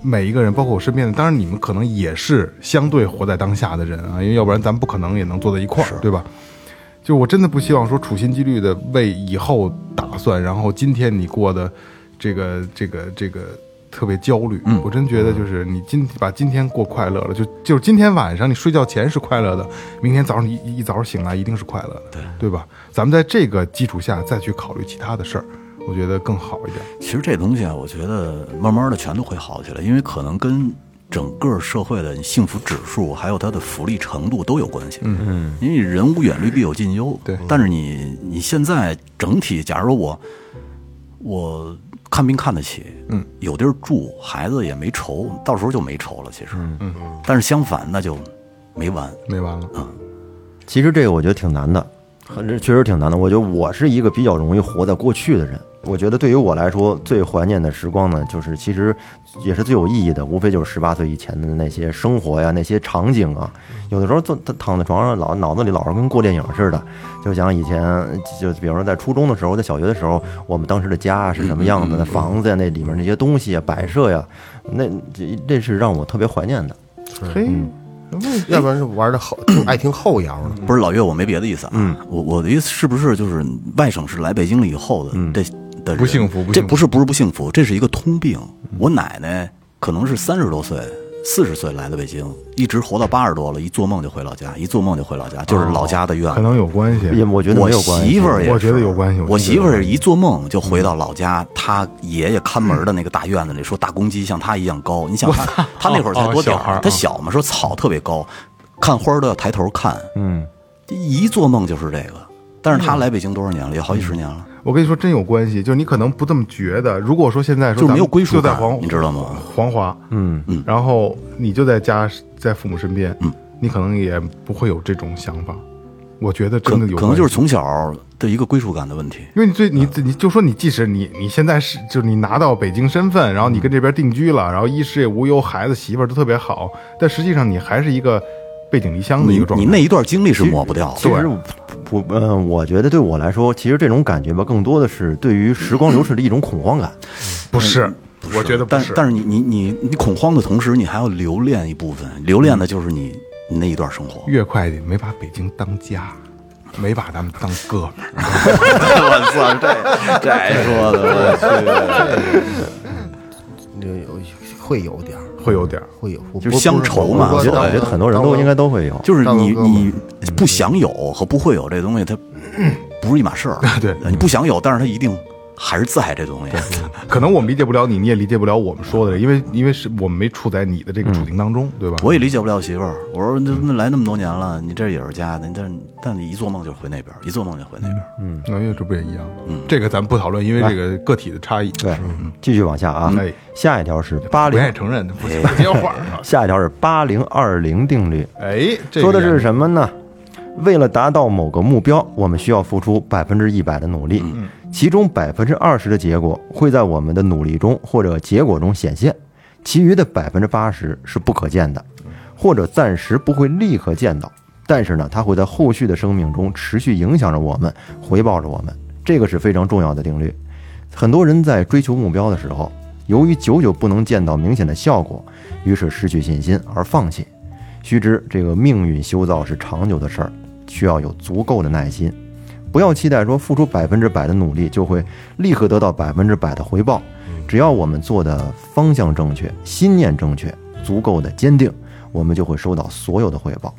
S3: 每一个人，包括我身边的，当然你们可能也是相对活在当下的人啊，因为要不然咱们不可能也能坐在一块儿，对吧？就我真的不希望说处心积虑的为以后打算，然后今天你过的这个这个这个特别焦虑。我真觉得就是你今把今天过快乐了，就就是今天晚上你睡觉前是快乐的，明天早上你一一早醒来一定是快乐的，对对吧？咱们在这个基础下再去考虑其他的事儿，我觉得更好一点。
S4: 其实这东西啊，我觉得慢慢的全都会好起来，因为可能跟整个社会的幸福指数，还有它的福利程度都有关系。嗯嗯，因为人无远虑，必有近忧。
S3: 对
S4: 但是你你现在整体，假如说我我看病看得起，嗯，有地儿住，孩子也没愁，到时候就没愁了。其实，嗯嗯，但是相反，那就没完。
S3: 没完
S4: 啊
S3: 了，
S5: 其实这个我觉得挺难的，很这确实挺难的。我觉得我是一个比较容易活在过去的人。我觉得对于我来说，最怀念的时光呢，就是其实也是最有意义的，无非就是十八岁以前的那些生活呀，那些场景啊。有的时候坐躺在床上，老脑子里老是跟过电影似的，就想以前就就比如说在初中的时候，在小学的时候，我们当时的家是什么样子的，那房子呀，那里面那些东西啊，摆设呀，那这这是让我特别怀念的。
S3: 嘿，
S6: 要不然是玩的后，挺爱听后摇的。
S4: 不是老岳，我没别的意思啊。嗯，我我的意思是不是就是外省市来北京了以后的、
S3: 嗯
S4: 这的人
S3: 不幸福不幸福
S4: 这不是不是不幸福，这是一个通病。我奶奶可能是三十多岁。四十岁来的北京，一直活到八十多了，一做梦就回老家，一做梦就回老家，就是老家的院
S3: 哦可
S4: 子。
S3: 能有关系。
S5: 也我觉得
S4: 我
S5: 没有关系。
S4: 媳妇儿也是，
S3: 我觉得有关系我
S4: 我
S3: 觉得
S4: 媳妇儿一做梦就回到老家，她爷爷看门的那个大院子里，说大公鸡像她一样高。你想她，她那会儿才多点
S3: 哦小孩
S4: 儿
S3: 儿，
S4: 她小嘛，说草特别高，看花儿都要抬头看。
S5: 嗯，
S4: 一做梦就是这个。但是
S3: 嗯
S4: 她来北京多少年了？也好几十年了，
S3: 我跟你说，真有关系。就是你可能不这么觉得。如果说现在说
S4: 就是
S3: 咱们
S4: 没有归属
S3: 就在
S4: 感
S3: 黄，，
S4: 你知道吗？
S3: 黄华，
S5: 嗯
S3: 嗯，然后你就在家，在父母身边，嗯，你可能也不会有这种想法。我觉得
S4: 可
S3: 真的有，
S4: 可能就是，从小的一个归属感的问题。
S3: 因为你最你你就说你，即使你你现在是就是你拿到北京身份，然后你跟这边定居
S4: 嗯
S3: 了，然后衣食也无忧，孩子媳妇儿都特别好，但实际上你还是一个背井离乡的一
S4: 你
S3: 个状
S4: 你
S3: 态。
S4: 那一段经历是抹不掉的。
S5: 其实不，嗯、我觉得对我来说，其实这种感觉吧，更多的是对于时光流逝的一种恐慌感。
S3: 不是，我觉得不
S4: 但但是你你你你恐慌的同时，你还要留恋一部分，留恋
S3: 嗯
S4: 的就是你你那一段 生活。
S3: 岳会计没把北京当家，没把咱们当哥们儿。
S4: 我操，这这说的，我去，
S6: 这有会有点儿，
S3: 会有点儿
S6: 会有，我
S4: 就是
S6: 不
S4: 乡
S6: 不是
S4: 愁
S6: 我
S4: 嘛
S6: 不
S5: 我
S6: 是
S5: 觉得，
S6: 当
S5: 我觉得很多人都应该都会有。
S4: 就是你
S6: 大哥嘛
S4: 你不想有和不会有这东西，它不是一码事儿。
S3: 对
S4: 你不想有，但是它一定还是在这东西。
S3: 可能我们理解不了你，你也理解不了我们说的，因为因为是我们没处在你的这个处境当中，对吧？
S4: 嗯我也理解不了媳妇儿，我说那那来那么多年了，你这也是家的，但但你一做梦就回那边，一做梦就回那边。
S3: 嗯，那因为这不也一样？
S4: 嗯
S3: 这个咱不讨论，因为这个个体的差异。
S5: 对，继续往下啊
S3: 哎，
S5: 下一条是八
S3: 不愿意
S5: 零，
S3: 承认，不
S4: 哎
S3: 行，接话儿啊。
S5: 下一条是八零二零定律，
S3: 哎，这个
S5: 说的是什么呢？为了达到某个目标，我们需要付出百分之一百的努力，
S3: 嗯
S5: 其中百分之二十的结果会在我们的努力中或者结果中显现，其余的百分之八十是不可见的，
S3: 嗯
S5: 或者暂时不会立刻见到。但是呢，它会在后续的生命中持续影响着我们，回报着我们，这个是非常重要的定律。很多人在追求目标的时候，由于久久不能见到明显的效果，于是失去信心而放弃。须知这个命运修造是长久的事儿，需要有足够的耐心。不要期待说付出百分之百的努力就会立刻得到百分之百的回报。只要我们做的方向正确，心念正确，足够的坚定，我们就会收到所有的回报。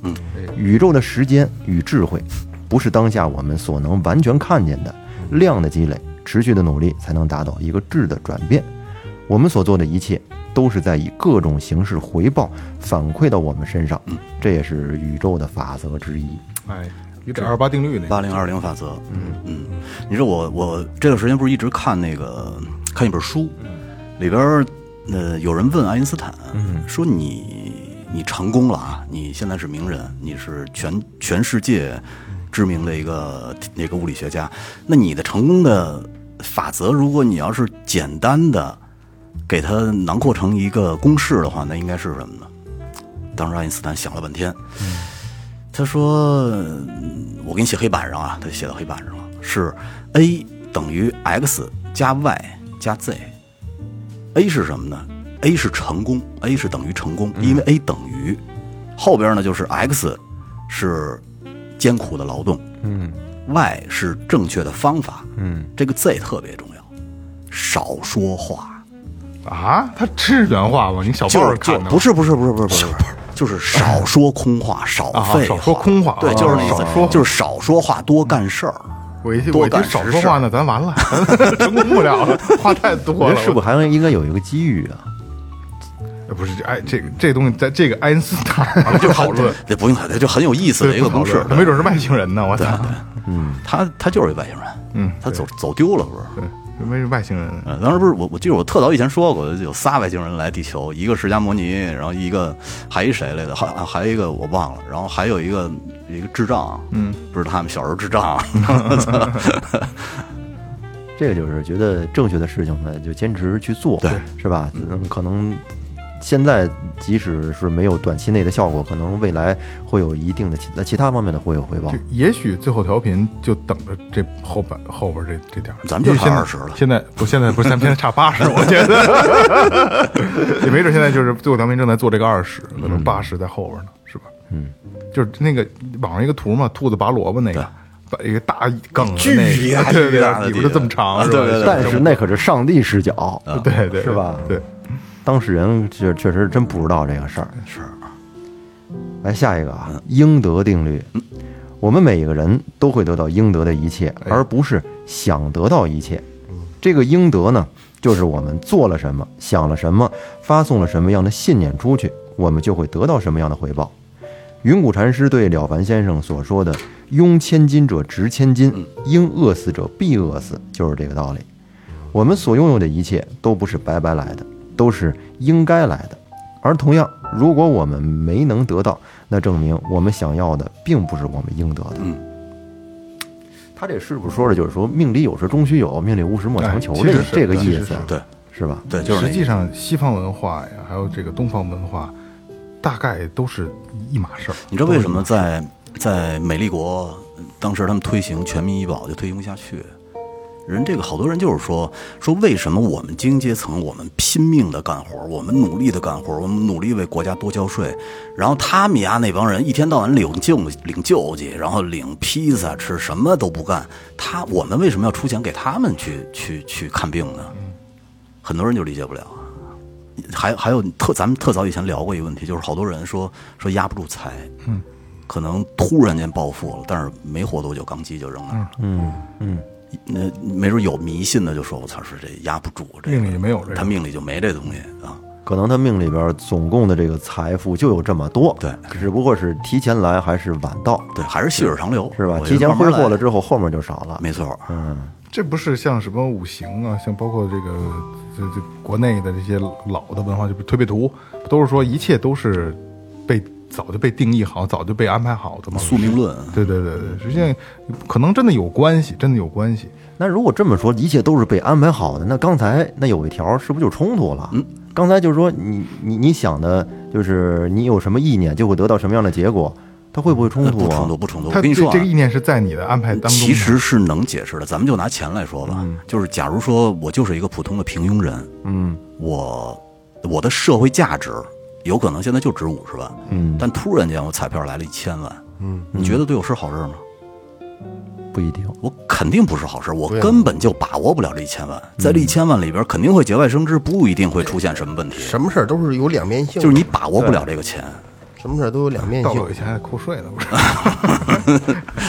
S5: 宇宙的时间与智慧，不是当下我们所能完全看见的。量的积累，持续的努力，才能达到一个质的转变。我们所做的一切，都是在以各种形式回报反馈到我们身上，这也是宇宙的法则之一。
S3: 哎，有点二八定律那
S4: 八
S3: 个
S4: 零二零法则，嗯嗯，你说我我这段时间不是一直看那个看一本书，
S3: 嗯
S4: 里边儿呃有人问爱因斯坦，说你你成功了啊，你现在是名人，你是全全世界知名的一个那个物理学家，那你的成功的法则，如果你要是简单的给它囊括成
S3: 嗯
S4: 一个公式的话，那应该是什么呢？当时爱因斯坦想了半天，他说嗯我给你写黑板上啊，他就写到黑板上了，是 a 等于 x 加 y 加 z。a 是什么呢？a 是成功，a 是等于成功，
S3: 嗯
S4: 因为 a 等于后边呢就是 x 是艰苦的劳动，嗯，y 是正确的方法，嗯，这个 z 特别重要，少说话，
S3: 啊，他是原话吗？你小
S4: 就
S3: 报
S4: 是就
S3: 看的
S4: 不是不是不是不是不是，就是少说空话，少
S3: 啊
S4: 废话，
S3: 少说空话
S4: 对，
S3: 啊
S4: 就是那意
S3: 少说
S4: 思
S3: 话，
S4: 就是少说话，多干事儿。
S3: 我一
S4: 多
S3: 我一听
S4: 干
S3: 少
S4: 实
S3: 说
S4: 事
S3: 话呢，咱完了， 咱成功不了了，话太
S5: 我
S3: 多
S5: 觉
S3: 了。
S5: 得是不是还应该有一个机遇啊？
S3: 我不是这哎，这个这东西，在这个爱因斯
S4: 啊
S3: 坦就讨论，
S4: 这不用考虑，就很有意思的
S3: 对，
S4: 一个
S3: 不讨
S4: 公式
S3: 论。没准是外星人呢，我操，
S4: 他他就是一外星人，
S3: 嗯
S4: 他走走丢了不是？
S3: 对，准备是外星人。
S4: 嗯，当时不是我，我记得我特早以前说过，有仨外星人来地球，一个释迦摩尼，然后一个还一谁来的，还还有一个我忘了，然后还有一个一个智障，嗯，不是他们小时候 智障，啊
S5: 这个就是觉得正确的事情呢，就坚持去做，
S4: 对，
S5: 是吧？嗯，可能现在即使是没有短期内的效果，可能未来会有一定的其在其他方面的会有回报
S3: 就。也许最后调频就等着这后半后边这这点儿，
S4: 咱们就
S3: 因为
S4: 差
S3: 现在
S4: 20了
S3: 现在不，现在不是，咱们现在差八 十，我觉得 也没准现在就是最后调频正在做这个二十，可
S4: 嗯
S3: 能八十在后边呢，是吧？嗯，就是那个网上一个图嘛，兔子拔萝卜那个，把一个大梗的
S4: 巨
S3: 那
S4: 大
S3: 个，对对
S4: 巨大的
S3: 对，尾巴就这么
S4: 啊
S3: 长，是吧
S4: 对对对
S5: 但是那可是上帝视角，
S3: 对对
S5: 是吧
S3: 对，
S5: 当事人确确实真不知道这个事儿。
S4: 是
S5: 来下一个啊，应得定律。我们每一个人都会得到应得的一切，而不是想得到一切。这个应得呢，就是我们做了什么，想了什么，发送了什么样的信念出去，我们就会得到什么样的回报。云谷禅师对了凡先生所说的“拥千金者值千金，
S3: 嗯
S5: 应饿死者必饿死”，就是这个道理。我们所拥有的一切都不是白白来的，都是应该来的。而同样，如果我们没能得到，那证明我们想要的并不是我们应得的。
S4: 嗯
S5: 他这是不是说的就是说命里有时终须有，命里无时莫强求
S3: 哎
S5: 这
S3: 其实
S5: 个
S3: 是
S5: 这个
S3: 对
S5: 意
S3: 其实
S5: 思
S3: 是，
S4: 对
S5: 是吧？
S4: 对，就是那
S3: 实际上西方文化呀，还有这个东方文化，大概都是一码事儿。
S4: 你知道为什么在在美丽国当时他们推行全民医保就推行不下去？人这个好多人就是说说为什么我们精英阶层我们拼命的干活，我们努力的干活，我们努力为国家多交税，然后他们家那帮人一天到晚领救领救济，然后领披萨吃，什么都不干。他我们为什么要出钱给他们去去去看病呢？很多人就理解不了。还还有特咱们特早以前聊过一个问题，就是好多人说说压不住财，嗯，可能突然间暴富了，但是没活多久钢筋就扔那儿了，嗯嗯，那没准有迷信的就说我操是这压不住，这个
S3: 命里没有这个
S4: 他命里就没这东西啊，
S5: 可能他命里边总共的这个财富就有这么多，
S4: 对
S5: 只不过是提前来还是晚到，
S4: 对，还是细水长流
S5: 是吧？
S4: 我觉得
S5: 提前挥
S4: 慢
S5: 霍
S4: 慢
S5: 了
S4: 来
S5: 之后，嗯后面就少了。
S4: 没错，
S3: 这不是像什么五行啊，像包括这个这这国内的这些老的文化，就比如推背图，不都是说一切都是被早就被定义好，早就被安排好的吗？
S4: 宿命论，
S3: 对对对对，实际上可能真的有关系，真的有关系。
S5: 那如果这么说，一切都是被安排好的，那刚才那有一条是不是就冲突了？嗯，刚才就是说你你你想的就是你有什么意念就会得到什么样的结果，它会不会冲
S4: 那
S5: 突
S4: 呃不
S5: 啊？
S4: 冲突不冲突，
S3: 他
S4: 我跟你
S3: 这
S4: 说啊
S3: 这个意念是在你的安排当中，
S4: 其实是能解释的。咱们就拿钱来说吧，就是假如说我就是一个普通的平庸人，嗯，我我的社会价值有可能现在就值五十万，嗯，但突然间我彩票来了一千万，嗯，你觉得对我是好事吗？
S5: 不一定。
S4: 我肯定不是好事，我根本就把握不了这一千万，在这一千万里边肯定会节外生枝，不一定会出现什么问题，
S6: 什么事儿都是有两面性的，
S4: 就是你把握不了这个钱，
S6: 什么事儿都有两面
S3: 到
S6: 性
S3: 手以。前还扣税呢， 不是？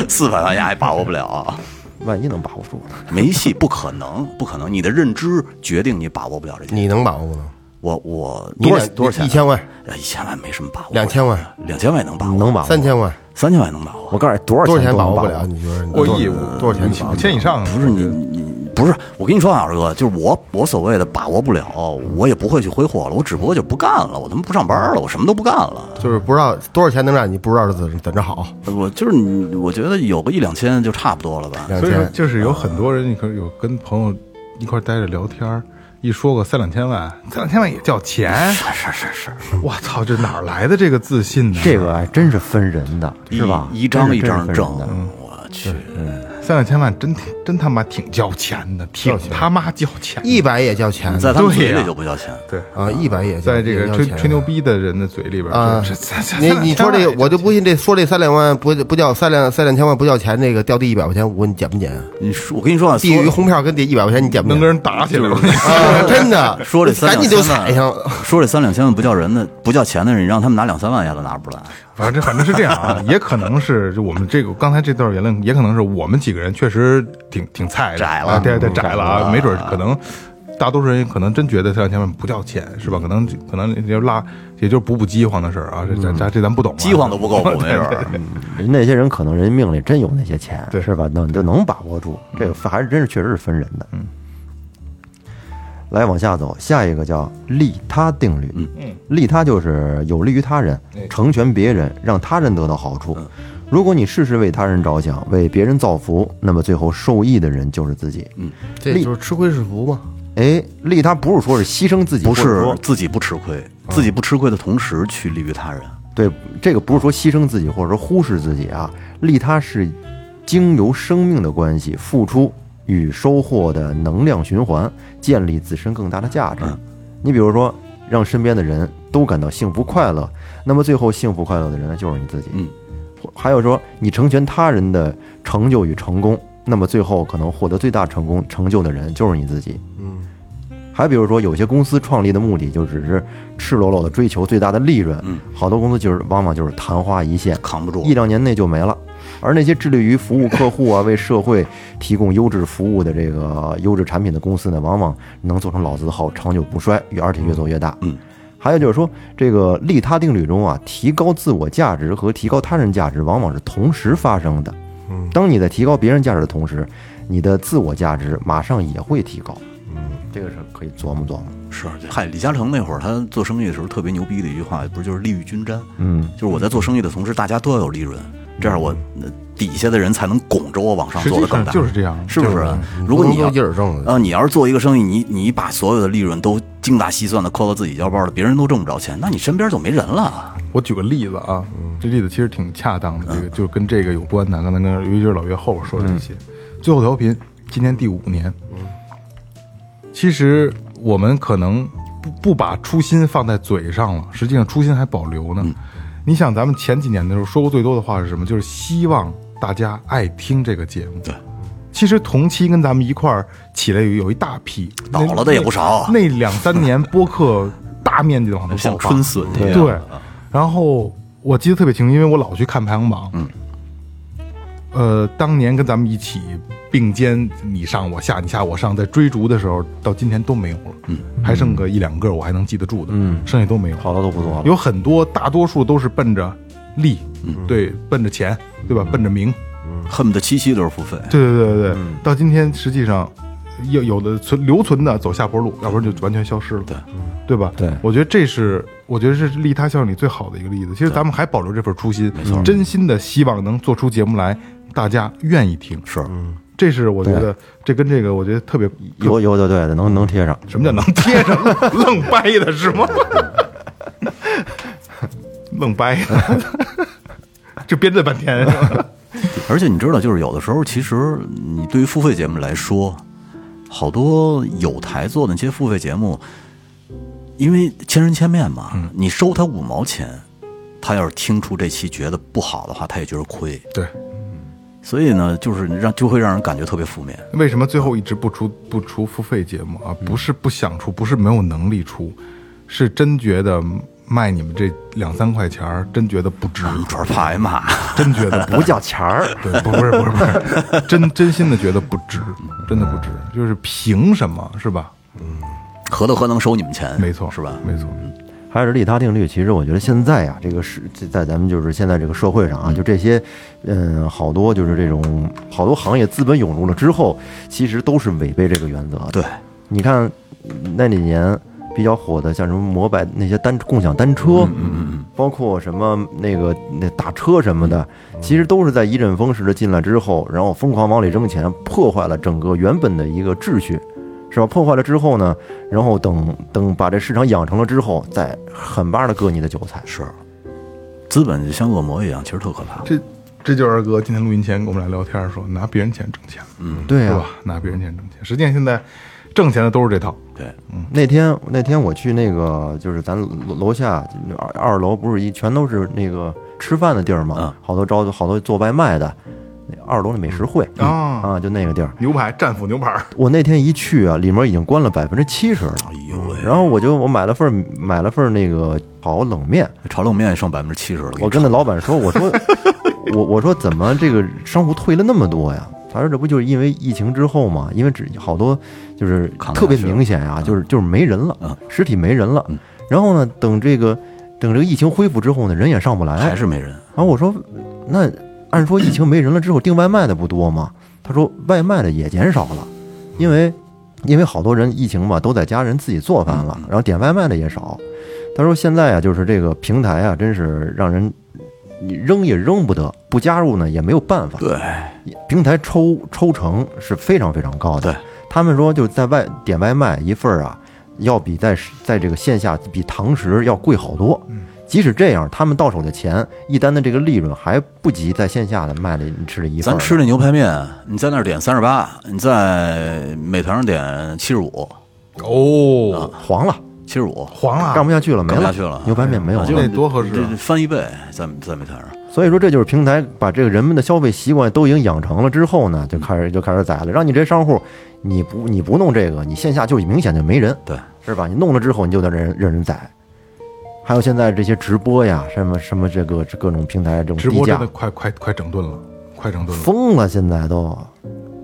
S4: 四百万也把握不了 啊。
S5: 万一能把握住呢？
S4: 没戏，不可能，不可能！你的认知决定你把握不了这钱。
S6: 你能把握吗？
S4: 我我
S6: 你
S4: 多少
S6: 两
S4: 多少钱啊？
S6: 一千万，
S4: 哎一千万没什么把握，
S6: 两千万，
S4: 两千万也嗯能把握，
S5: 能把握
S6: 三千万，
S4: 三千万也能把
S5: 我
S4: 握。
S5: 告诉你，多少
S6: 多少
S5: 钱
S6: 钱
S5: 都
S6: 把
S5: 能把
S6: 握不了？你觉得你
S3: 过
S6: 多少
S3: 亿
S6: 多少钱你把握
S3: 五
S6: 不了？
S3: 千以上啊
S4: 不是你你不是我跟你说啊，二哥，就是我我所谓的把握不了，我也不会去挥霍了，我只不过就不干了，我他妈不上班了，我什么都不干了。
S6: 就是不知道多少钱能让你不知道怎怎着好，
S4: 我就是你，我觉得有个一两千就差不多了吧。
S6: 两
S3: 所以说，
S6: 千
S3: 就是有很多人，你可有跟朋友一块儿待着聊天儿，一说个三两千万，三两千万也叫钱？是是是是。我操，这哪儿来的这个自信呢？
S5: 这个还真是分人的，
S4: 一
S5: 是吧？
S4: 一张一
S5: 真
S4: 张
S5: 是分
S4: 挣
S5: 人的，
S4: 我去，
S3: 三两千万真挺真他妈挺交钱的，挺他妈交钱的。
S6: 一百也叫钱
S4: 在他们嘴
S3: 对呀
S4: 里就不叫钱。
S3: 对，
S6: 啊，一百也叫
S3: 在这
S6: 也
S3: 个
S6: 叫
S3: 吹
S6: 钱
S3: 吹牛逼的人的嘴里边
S6: 啊
S3: 这这这
S6: 你
S3: 三
S6: 你
S3: 两千
S6: 说
S3: 万
S6: 这个，
S3: 也
S6: 我就不信这说这三两万不不叫三两三两千万不叫钱，那个掉地一百块钱，我问你捡不捡啊？
S4: 你说，我跟你说啊，
S6: 地
S4: 所
S6: 狱红票跟地一百块钱你捡不
S3: 能
S6: 捡？
S3: 跟人打起来了。
S6: 啊，真的
S4: 说这三
S6: 赶
S4: 两
S6: 紧
S4: 千
S6: 就
S4: 万啊
S6: 踩上。
S4: 说这三两千万不叫人的，不叫钱的人，你让他们拿两三万也都拿不出来。
S3: 反正反正是这样啊，也可能是就我们这个刚才这段言论，也可能是我们几个人确实挺挺菜的，
S4: 窄了
S3: 啊对对窄了啊，没准儿可能大多数人可能真觉得三两千万不叫钱是吧？可能可能就拉也就是补补饥荒的事儿啊，这咱咱这咱不懂啊，
S4: 饥荒都不够补，没准儿。
S5: 人那些人可能人命里真有那些钱，
S3: 对
S5: 是吧？能就能把握住，这个还是真是确实是分人的。嗯，来往下走，下一个叫利他定律。嗯，利他就是有利于他人，
S6: 哎
S5: 成全别人，让他人得到好处。如果你事事为他人着想，为别人造福，那么最后受益的人就是自己。嗯，
S6: 这就是吃亏是福嘛？
S5: 哎，利他不是说是牺牲自己，
S4: 不
S5: 或者
S4: 是
S5: 说
S4: 自己不吃亏，自己不吃亏的同时去利于他人。
S5: 对，这个不是说牺牲自己或者说忽视自己啊，利他是经由生命的关系付出与收获的能量循环，建立自身更大的价值。你比如说，让身边的人都感到幸福快乐，那么最后幸福快乐的人就是你自己。
S4: 嗯，
S5: 还有说你成全他人的成就与成功，那么最后可能获得最大成功成就的人就是你自己。还比如说，有些公司创立的目的就只是赤裸裸的追求最大的利润，好多公司就是往往就是昙花一现，
S4: 扛不住
S5: 一两年内就没了。而那些致力于服务客户 啊，为社会提供优质服务的这个优质产品的公司呢，往往能做成老字号，长久不衰，越而且越做越大。
S4: 嗯，
S5: 还有就是说，这个利他定律中啊，提高自我价值和提高他人价值往往是同时发生的。嗯，当你在提高别人价值的同时，你的自我价值马上也会提高。嗯，这个是可以琢磨琢磨。
S4: 是，嗨，李嘉诚那会儿他做生意的时候特别牛逼的一句话，不是就是利欲均沾？
S5: 嗯，
S4: 就是我在做生意的同时，大家都要有利润，这样我呃底下的人才能拱着我往上
S3: 实
S4: 做
S3: 际
S4: 得更
S3: 上
S4: 大。
S3: 就是这样，
S4: 是不
S3: 就是这样？
S4: 如果
S6: 不
S4: 你
S6: 能
S4: 要
S6: 够一耳正的
S4: 啊，你要是做一个生意，你你把所有的利润都精打细算的扣到自己腰包里，别人都挣不着钱，那你身边就没人了。
S3: 我举个例子啊，
S4: 嗯
S3: 这例子其实挺恰当的，这
S4: 啊
S3: 个就跟这个有关的。刚才跟尤其是老岳后边说的这些，
S4: 嗯
S3: 最后调频今年第五年，其实我们可能不不把初心放在嘴上了，实际上初心还保留
S4: 嗯
S3: 呢。你想，咱们前几年的时候说过最多的话是什么？就是希望大家爱听这个节目。
S4: 对。
S3: 其实同期跟咱们一块儿起来有有一大批
S4: 倒了的也不少啊
S3: 那那两三年播客大面积的往上
S4: 像
S3: 爆发，
S4: 春笋一样，
S3: 对，啊然后我记得特别清，因为我老去看排行榜。嗯。呃，当年跟咱们一起并肩，你上我下，你下我上，在追逐的时候，到今天都没有了。嗯，还剩个一两个我还能记得住的，嗯，剩下都没有。
S5: 好多都不做了。
S3: 有很多，大多数都是奔着利，对，奔着钱，对吧？奔着名，
S4: 恨不得七期都是付费。
S3: 对对对对对，到今天实际上有有的存留存的走下坡路，要不然就完全消失了，嗯对对吧？
S5: 对
S3: 我觉得这是我觉得是利他效应里最好的一个例子。其实咱们还保留这份初心，没错，真心的希望能做出节目来，大家愿意听，
S4: 是，
S3: 这是我觉得这跟这个我觉得特别
S5: 有有的对的，能能贴上。
S3: 什么叫能贴上愣掰的是 吗？愣掰的， 这编这半天。
S4: 而且你知道，就是有的时候，其实你对于付费节目来说，好多有台做的那些付费节目，因为千人千面嘛，你收他五毛钱，他要是听出这期觉得不好的话，他也觉得亏，
S3: 对，
S4: 所以呢，就是让就会让人感觉特别负面。
S3: 为什么最后一直不出不出付费节目啊？不是不想出，不是没有能力出，是真觉得卖你们这两三块钱儿，真觉得不值，
S4: 嗯主要怕挨骂，
S3: 真觉得不叫钱儿。对，不不是不是不是，真真心的觉得不值，真的不值，就是凭什么是吧？
S4: 何德何能收你们钱？
S3: 没错，
S4: 是吧？
S3: 没错，
S5: 还是利他定律，其实我觉得现在呀、这个是这在咱们就是现在这个社会上啊，就这些，嗯，好多就是这种好多行业资本涌入了之后，其实都是违背这个原则的。
S4: 对，
S5: 你看那几年比较火的，像什么摩拜那些单共享单车，包括什么那个那打车什么的，其实都是在一阵风似的进来之后，然后疯狂往里扔钱，破坏了整个原本的一个秩序。是吧？破坏了之后呢，然后等等把这市场养成了之后，再狠巴的割你的韭菜。
S4: 是，资本就像恶魔一样，其实特可怕。
S3: 这这就是二哥今天录音前跟我们俩聊天说，拿别人钱挣钱，
S5: 对
S3: 是
S5: 哎呀、
S3: 吧？拿别人钱挣钱，实际上现在挣钱的都是这套。
S4: 对，
S5: 那天那天我去那个就是咱楼楼下二二楼不是一全都是那个吃饭的地儿嘛
S4: 嗯，
S5: 好多招好多做外卖的，那二楼的美食会
S3: 嗯
S5: 啊，就那个地儿。
S3: 牛排战斧牛排，
S5: 我那天一去啊，里面已经关了百分之七十了。
S4: 哎呦喂，
S5: 然后我就我买了份儿买了份儿那个炒冷面，
S4: 炒冷面剩百分之七十了，
S5: 我跟那老板说，我说我我说怎么这个商户退了那么多呀？他说这不就是因为疫情之后嘛，因为只好多就是
S4: 扛不
S5: 特别
S4: 下去了
S5: 明显啊，就是就是没人了
S4: 嗯，
S5: 实体没人了。然后呢，等这个等这个疫情恢复之后呢，人也上不来，
S4: 还是没人。
S5: 然后我说，那按说疫情没人了之后，订外卖的不多吗？他说外卖的也减少了，因为因为好多人疫情嘛，都在家人自己做饭了，然后点外卖的也少。他说现在啊，就是这个平台啊，真是让人你扔也扔不得，不加入呢也没有办法。
S4: 对，
S5: 平台抽抽成是非常非常高的
S4: 对。
S5: 他们说就是在外点外卖一份儿啊，要比在在这个线下比堂食要贵好多。
S4: 嗯
S5: 即使这样，他们到手的钱一单的这个利润还不及在线下的卖的吃的一份儿
S4: 咱
S5: 呢。
S4: 吃那牛排面，你在那儿点三十八，你在美团上点七十五，
S3: 哦，
S5: 黄了，
S4: 七十五，
S3: 黄
S5: 干
S3: 了，
S5: 不下去了，没
S4: 啊干不下
S5: 了，
S4: 去了啊
S5: 牛排面没有了。
S3: 那多合适
S4: 这
S3: 啊
S4: 这翻一倍，在在美团上。
S5: 所以说，这就是平台把这个人们的消费习惯都已经养成了之后呢，就开始就开始宰了，让你这商户，你不你不弄这个，你线下就明显就没人，
S4: 对，
S5: 是吧？你弄了之后，你就得任人任人宰。还有现在这些直播呀，什么什么这个这各种平台这种
S3: 直
S5: 低
S3: 播真
S5: 价
S3: 的，快快快整顿了，快整顿了，
S5: 疯了，现在都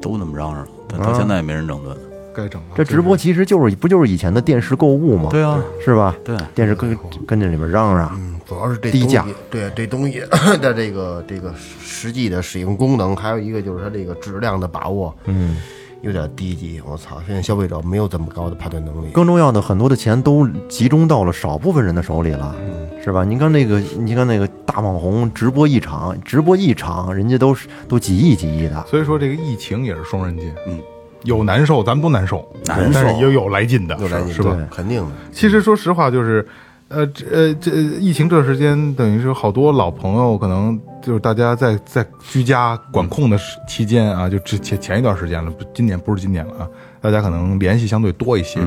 S4: 都那么嚷嚷，但
S3: 啊
S4: 到现在也没人整顿。
S3: 该整了。
S5: 这直播其实就是不就是以前的电视购物吗？
S4: 对啊，
S5: 是吧？
S4: 对
S5: 电视跟跟这里边嚷嚷，
S6: 嗯，主要是这
S5: 低
S6: 东
S5: 价
S6: 西，对这东西的这个这个实际的使用功能，还有一个就是它这个质量的把握，嗯，有点低级。我操，现在消费者没有这么高的判断能力。
S5: 更重要的，很多的钱都集中到了少部分人的手里了，
S3: 嗯
S5: 是吧？你看那个，你看那个大网红直播一场，直播一场，人家都是都几亿几亿的，
S3: 所以说这个疫情也是双刃剑，
S4: 嗯，
S3: 有难受，咱们都难受，
S4: 难受
S3: 但是也有来劲的，
S6: 有来劲
S3: 是吧？
S6: 对肯定的。
S3: 其实说实话，就是，呃，这呃这疫情这段时间，等于是好多老朋友，可能就是大家在在居家管控的时期间啊，就之前前一段时间了，不今年不是今年了啊，大家可能联系相对多一些，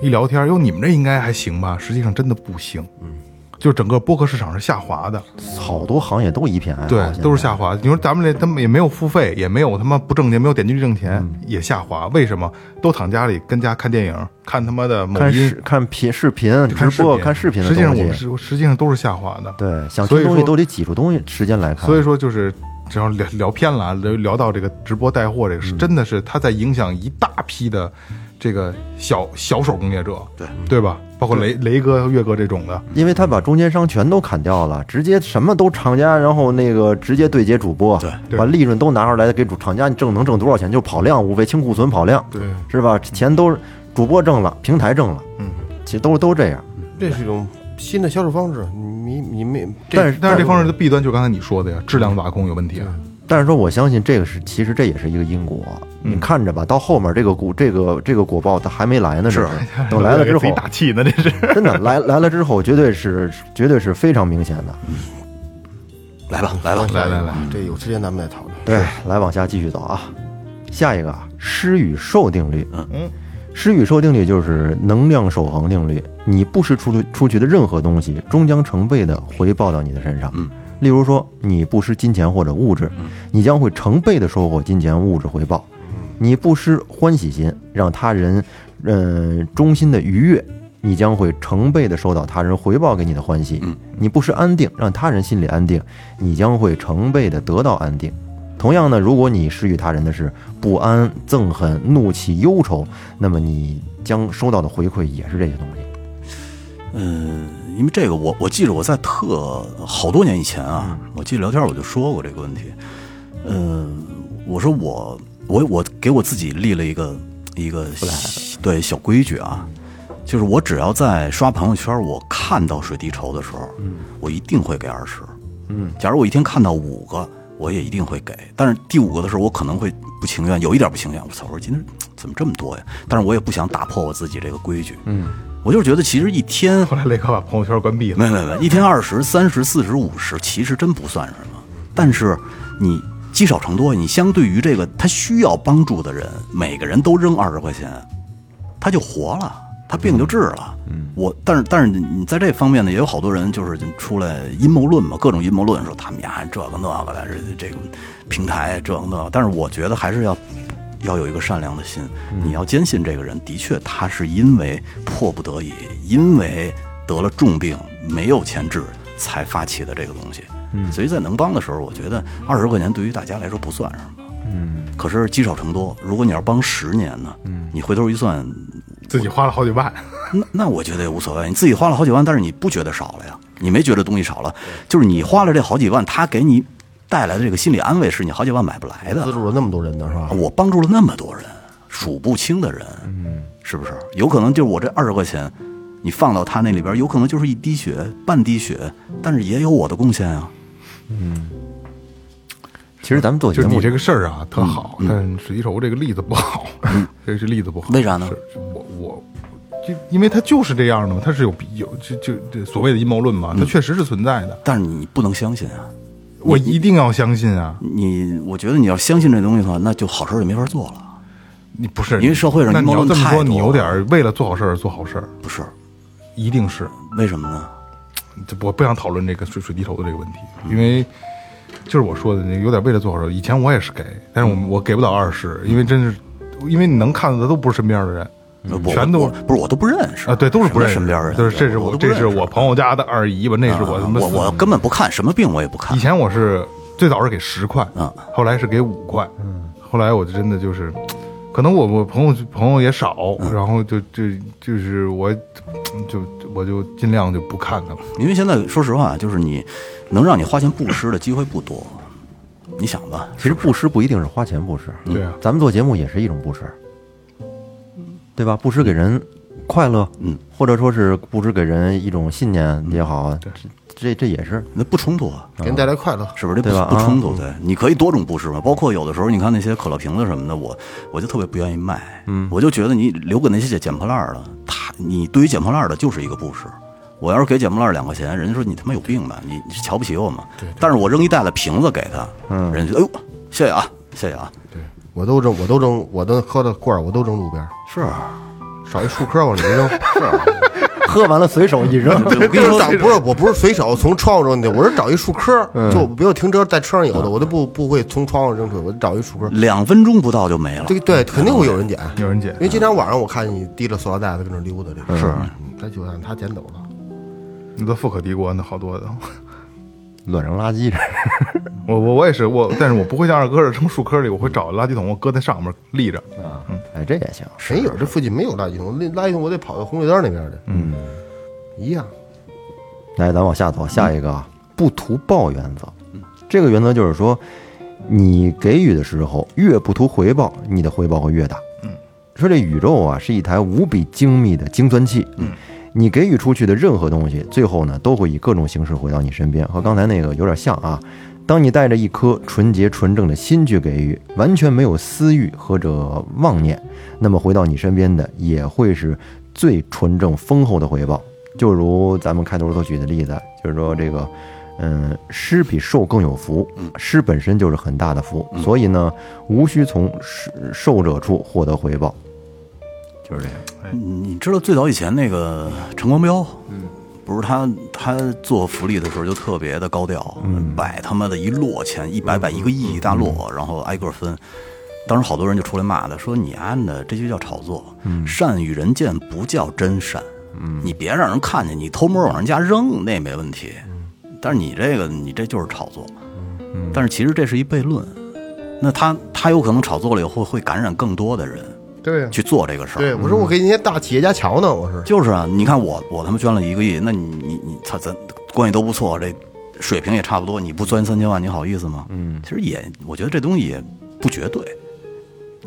S3: 一聊天，哟，你们这应该还行吧？实际上真的不行，嗯，就整个播客市场是下滑的，
S5: 好多行业都一片哀嚎，
S3: 对
S5: 现，在
S3: 都是下滑。你说咱们这他们也没有付费，也没有他妈不挣钱，没有点击率挣钱，
S5: 嗯
S3: 也下滑。为什么？都躺家里跟家看电影，看他妈的某
S5: 看
S3: 音
S5: 视，看频视频
S3: 看
S5: 直播看视频的
S3: 实际上我
S5: 东
S3: 们
S5: 西，
S3: 是实际上都是下滑的。
S5: 对，想
S3: 所以
S5: 听东西
S3: 说
S5: 都得挤出东西时间来看，
S3: 所以说就是只要聊聊偏了啊，聊聊到这个直播带货这
S5: 嗯
S3: 个，是真的是它在影响一大批的这个小小手工业者，对对吧？包括雷雷哥、岳哥这种的，
S5: 因为他把中间商全都砍掉了，直接什么都厂家，然后那个直接对接主播，
S3: 对
S5: 把利润都拿出来给主厂家，你挣能挣多少钱就跑量，无非清库存跑量，
S3: 对，
S5: 是吧？钱都是主播挣了，平台挣了，嗯，其实都都这样。
S6: 这是一种新的销售方式，你你没，
S5: 但是
S3: 但是这方面的弊端就是刚才你说的呀，质量把控有问题啊。
S5: 但是说，我相信这个是，其实这也是一个因果。你看着吧，到后面这个果，这个这个果报它还没来呢，是啊等来了 之
S3: 给自己
S5: 后，
S3: 打气呢，这 是。
S5: 真的来来了之后，绝对是绝对是非常明显的。
S6: 嗯
S4: 来吧，来吧，嗯
S3: 来来来，
S6: 这有时间咱们再讨论。
S5: 对，哎来往下继续走啊。下一个啊，施与受定律。
S4: 嗯
S3: 嗯，
S5: 施与受定律就是能量守恒定律。你不施出去出去的任何东西，终将成倍的回报到你的身上。
S4: 嗯，
S5: 例如说，你不施金钱或者物质，你将会成倍的收获金钱物质回报。
S4: 嗯
S5: 你不施欢喜心，让他人，呃，衷心的愉悦，你将会成倍的收到他人回报给你的欢喜。
S4: 嗯
S5: 你不施安定，让他人心里安定，你将会成倍的得到安定。同样呢，如果你施予他人的是不安、憎恨、怒气、忧愁，那么你将收到的回馈也是这些东西。
S4: 嗯，因为这个我我记着我在特好多年以前啊，
S3: 嗯
S4: 我记得聊天我就说过这个问题。嗯，我说我我我给我自己立了一个一个小对小规矩啊，就是我只要在刷朋友圈，我看到水滴筹的时候，我一定会给二十。嗯，假如我一天看到五个，我我也一定会给。但是第五个的时候，我可能会不情愿，有一点不情愿。我操，我说今天怎么这么多呀？但是我也不想打破我自己这个规矩。嗯，我就是觉得其实一天
S3: 后来雷哥把朋友圈关闭了，
S4: 没没没，一天二十、三十、四十、五十，其实真不算什么。但是你积少成多，你相对于这个他需要帮助的人，每个人都扔二十块钱，他就活了，他病就治了。嗯，我但是但是你在这方面呢，也有好多人就是出来阴谋论嘛，各种阴谋论说他们呀这个那个的，这这个平台这个那个。但是我觉得还是要要有一个善良的心，你要坚信这个人的确他是因为迫不得已，因为得了重病没有钱治才发起的这个东西。嗯，所以在能帮的时候，我觉得二十块钱对于大家来说不算什么。嗯，可是积少成多，如果你要帮十年呢，嗯，你回头一算，
S3: 自己花了好几 万，
S4: 那那我觉得也无所谓，你自己花了好几万，但是你不觉得少了呀？你没觉得东西少了，就是你花了这好几万，他给你带来的这个心理安慰是你好几万买不来的
S6: 资。助了那么多人呢，是吧？
S4: 我帮助了那么多人，数不清的人，是不是？有可能就是我这二十块钱，你放到他那里边，有可能就是一滴血、半滴血，但是也有我的贡献啊。
S5: 其实咱们做节
S3: 就是你
S5: 目
S3: 这个事儿啊特好，但史一愁这个例子不好，这是例子不好。
S4: 嗯为啥呢
S3: 是？是我我就因为他就是这样的嘛，他是有有就就这所谓的阴谋论
S4: 嗯
S3: 嘛，他确实是存在的，
S4: 但是你不能相信啊！
S3: 我一定要相信啊！
S4: 你，我觉得你要相信这东西的话，那就好事儿就没法做了。
S3: 你不是
S4: 因为社会上
S3: 那你
S4: 阴谋
S3: 要
S4: 论
S3: 这么
S4: 太
S3: 说，
S4: 多了
S3: 你有点儿为了做好事而做好事儿，
S4: 不是，
S3: 一定是。
S4: 为什么呢？
S3: 这我不想讨论这个水水滴筹的这个问题，
S4: 嗯
S3: 因为就是我说的，那有点为了做好事。以前我也是给，但是
S4: 嗯
S3: 我我给不了二十，因为真是，因为你能看到的都不是身边的人，
S4: 我
S3: 嗯全都
S4: 我不是我都不认识
S3: 啊，对，都是不认识
S4: 什么身边人，
S3: 就是这是
S4: 我
S3: 我
S4: 都不
S3: 这
S4: 认识
S3: 是我朋友家的二姨吧，那是我
S4: 啊
S3: 什么
S4: 我我根本不看什么病，我也不看
S3: 以。前我是最早是给十块
S4: 啊，
S3: 后来是给五块，后来我就真的就是，可能我我朋友朋友也少，
S4: 嗯
S3: 然后就就就是我就我就尽量就不看他了。
S4: 因为现在说实话，就是你能让你花钱布施的机会不多。你想吧，
S5: 其实布施不一定是花钱布施，
S3: 对啊，
S5: 咱们做节目也是一种布施，对
S3: 嗯
S5: 吧？布施给人快乐，
S4: 嗯，
S5: 或者说是布施给人一种信念也
S3: 嗯
S5: 好，这这这也是
S4: 那不冲突啊，
S6: 给人带来快乐，
S4: 是不是？这
S5: 对吧
S4: 不不
S5: 啊
S4: 冲突，对，你可以多种布施嘛。包括有的时候，你看那些可乐瓶子什么的，我我就特别不愿意卖，嗯，我就觉得你留给那些捡捡破烂儿的，他你对于捡破烂儿的就是一个布施。我要是给捡破烂儿两块钱，人家说你他妈有病吧，你你是瞧不起我吗？对但是我扔一袋子瓶子给他，嗯，人家就哎呦，谢谢啊，谢谢啊，
S6: 我都扔，我都扔，我都喝的罐儿我都扔路边儿，
S4: 是啊，
S6: 少一树棵往里 扔。是啊，
S5: 喝完了随手一 扔，
S4: 对我跟你说，
S6: 找不是，我不是随手从窗户扔进去，我是找一树棵，
S4: 嗯
S6: 就比如停车在车上有的，我都不不会从窗户扔出去，我找一树棵。
S4: 两分钟不到就没了
S6: 这。个对，肯定会有人捡，
S3: 有人捡
S6: 因为经常晚上我看你提着塑料袋子跟那溜达，这个是，他就让他捡走了。
S3: 你都富可敌国，那好多的。
S5: 乱扔垃圾这是。
S3: 我我我也是我，但是我不会像二哥似的扔树坑里，我会找垃圾桶，我搁在上面立着。
S5: 哎，这也行，
S6: 没有，这附近没有垃圾桶，那垃圾桶我得跑到红绿灯那边去。嗯，一样。
S5: 来，咱往下走，下一个啊，不图报原则。这个原则就是说，你给予的时候越不图回报，你的回报会越大。嗯，说这宇宙啊是一台无比精密的精算器。嗯，你给予出去的任何东西，最后呢都会以各种形式回到你身边，和刚才那个有点像啊。当你带着一颗纯洁纯正的心去给予，完全没有私欲或者妄念，那么回到你身边的也会是最纯正丰厚的回报。就如咱们开头所举的例子，就是说这个，嗯，施比受更有福，
S4: 嗯
S5: 施本身就是很大的福，所以呢，无需从施受者处获得回报，就是这样。
S4: 你知道最早以前那个陈光标，嗯，不是他他做福利的时候就特别的高调，摆他妈的一摞钱，一百百一个亿一大摞，然后挨个分。当时好多人就出来骂他，说你按的这就叫炒作，善与人见不叫真善，你别让人看见，你偷摸往人家扔那没问题，但是你这个你这就是炒作，但是其实这是一悖论，那他他有可能炒作了以后会感染更多的人
S3: 哎
S6: 对呀，
S4: 去做这个事儿，
S6: 对，我说我给那些大企业家瞧呢，我是
S4: 就是啊，你看我我他妈捐了一个亿，那你你你操，咱关系都不错，这水平也差不多，你不捐三千万，你好意思吗？嗯，其实也，我觉得这东西也不绝对，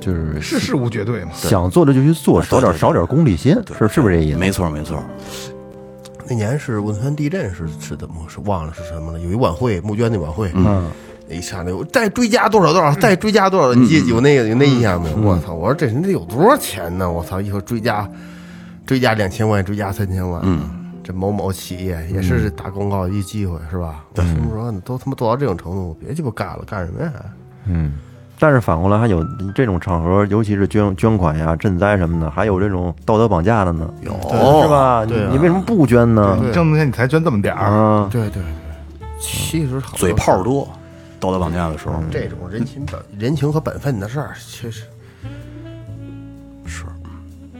S5: 就是
S3: 是事无绝对嘛，
S5: 想做的就去做，
S4: 啊对
S5: 少
S4: 啊
S5: 点
S4: 对对
S5: 少点功利心，是是不是这意思？
S4: 没错没错，
S6: 那年是汶川地震是是怎么是忘了是什么了？有一晚会，募捐那晚会，嗯，一下那有再追加多少多少，再追加多少阶级，有那个有那印象没有？我操！我说这人得有多少钱呢？我操！一会儿追加，追加两千万，追加三千万。嗯，这某某企业也是打广告一机会是吧？我心说你都他妈做到这种程度，别鸡巴干了，干什么呀？
S5: 但是反过来还有这种场合，尤其是捐捐款呀、赈灾什么的，还有这种道德绑架的呢，有是吧？
S6: 对啊
S5: 你你为什么不捐呢？
S3: 你挣的钱你才捐这么点儿，
S5: 啊，
S6: 对对对，其实好多
S4: 嘴炮多，道德绑架的时
S5: 嗯
S4: 候，
S6: 这种人情本人情和本分的事儿，其实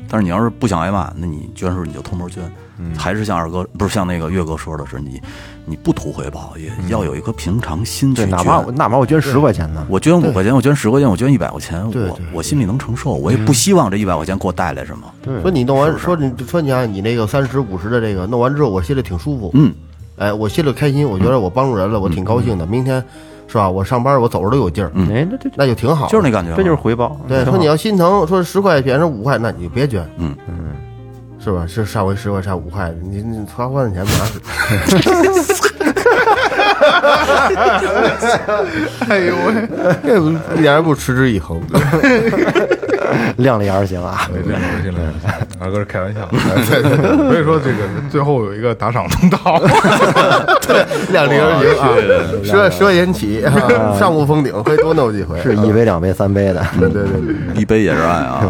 S4: 但是你要是不想挨骂，那你捐的时候你就偷摸捐，
S5: 嗯
S4: 还是像二哥不是像那个岳哥说的是你，你不图回报，也要有一颗平常心去
S5: 嗯对，
S4: 捐。
S5: 哪怕我哪怕我捐十块钱呢，
S4: 我捐五块钱，我捐十块钱，我捐一百块钱，
S6: 对
S4: 我
S6: 对
S4: 我心里能承受，我也不希望这一百块钱给我带来什么。
S6: 说你弄完，说你说你啊看你那个三十五十的这个弄完之后，我心里挺舒服，
S4: 嗯，
S6: 哎，我心里开心，我觉得我帮助人了，我挺高兴的。明天是吧？我上班我走着都有劲儿，
S5: 哎，这这
S6: 那就挺好。
S4: 嗯就是那感觉嘛，
S5: 这就是回报。
S6: 对，
S5: 挺
S6: 说
S5: 好
S6: 你要心疼，说十块变成五块，那你就别捐，
S4: 嗯
S6: 嗯，是吧？是上回十块差五块，你你花花的钱 嘛？
S3: 哎呦 喂，
S6: 这一点也不持之以恒。
S5: 量力而行啊。
S3: 对对对对， 二哥是开玩笑，对对对，所以说这个最后有一个打赏通道，
S6: 两零二零啊，十万十万元起，啊上不封顶，可以多弄几回。嗯
S5: 是一杯、两杯、三杯的。
S6: 对对对对，
S4: 一杯也是爱啊。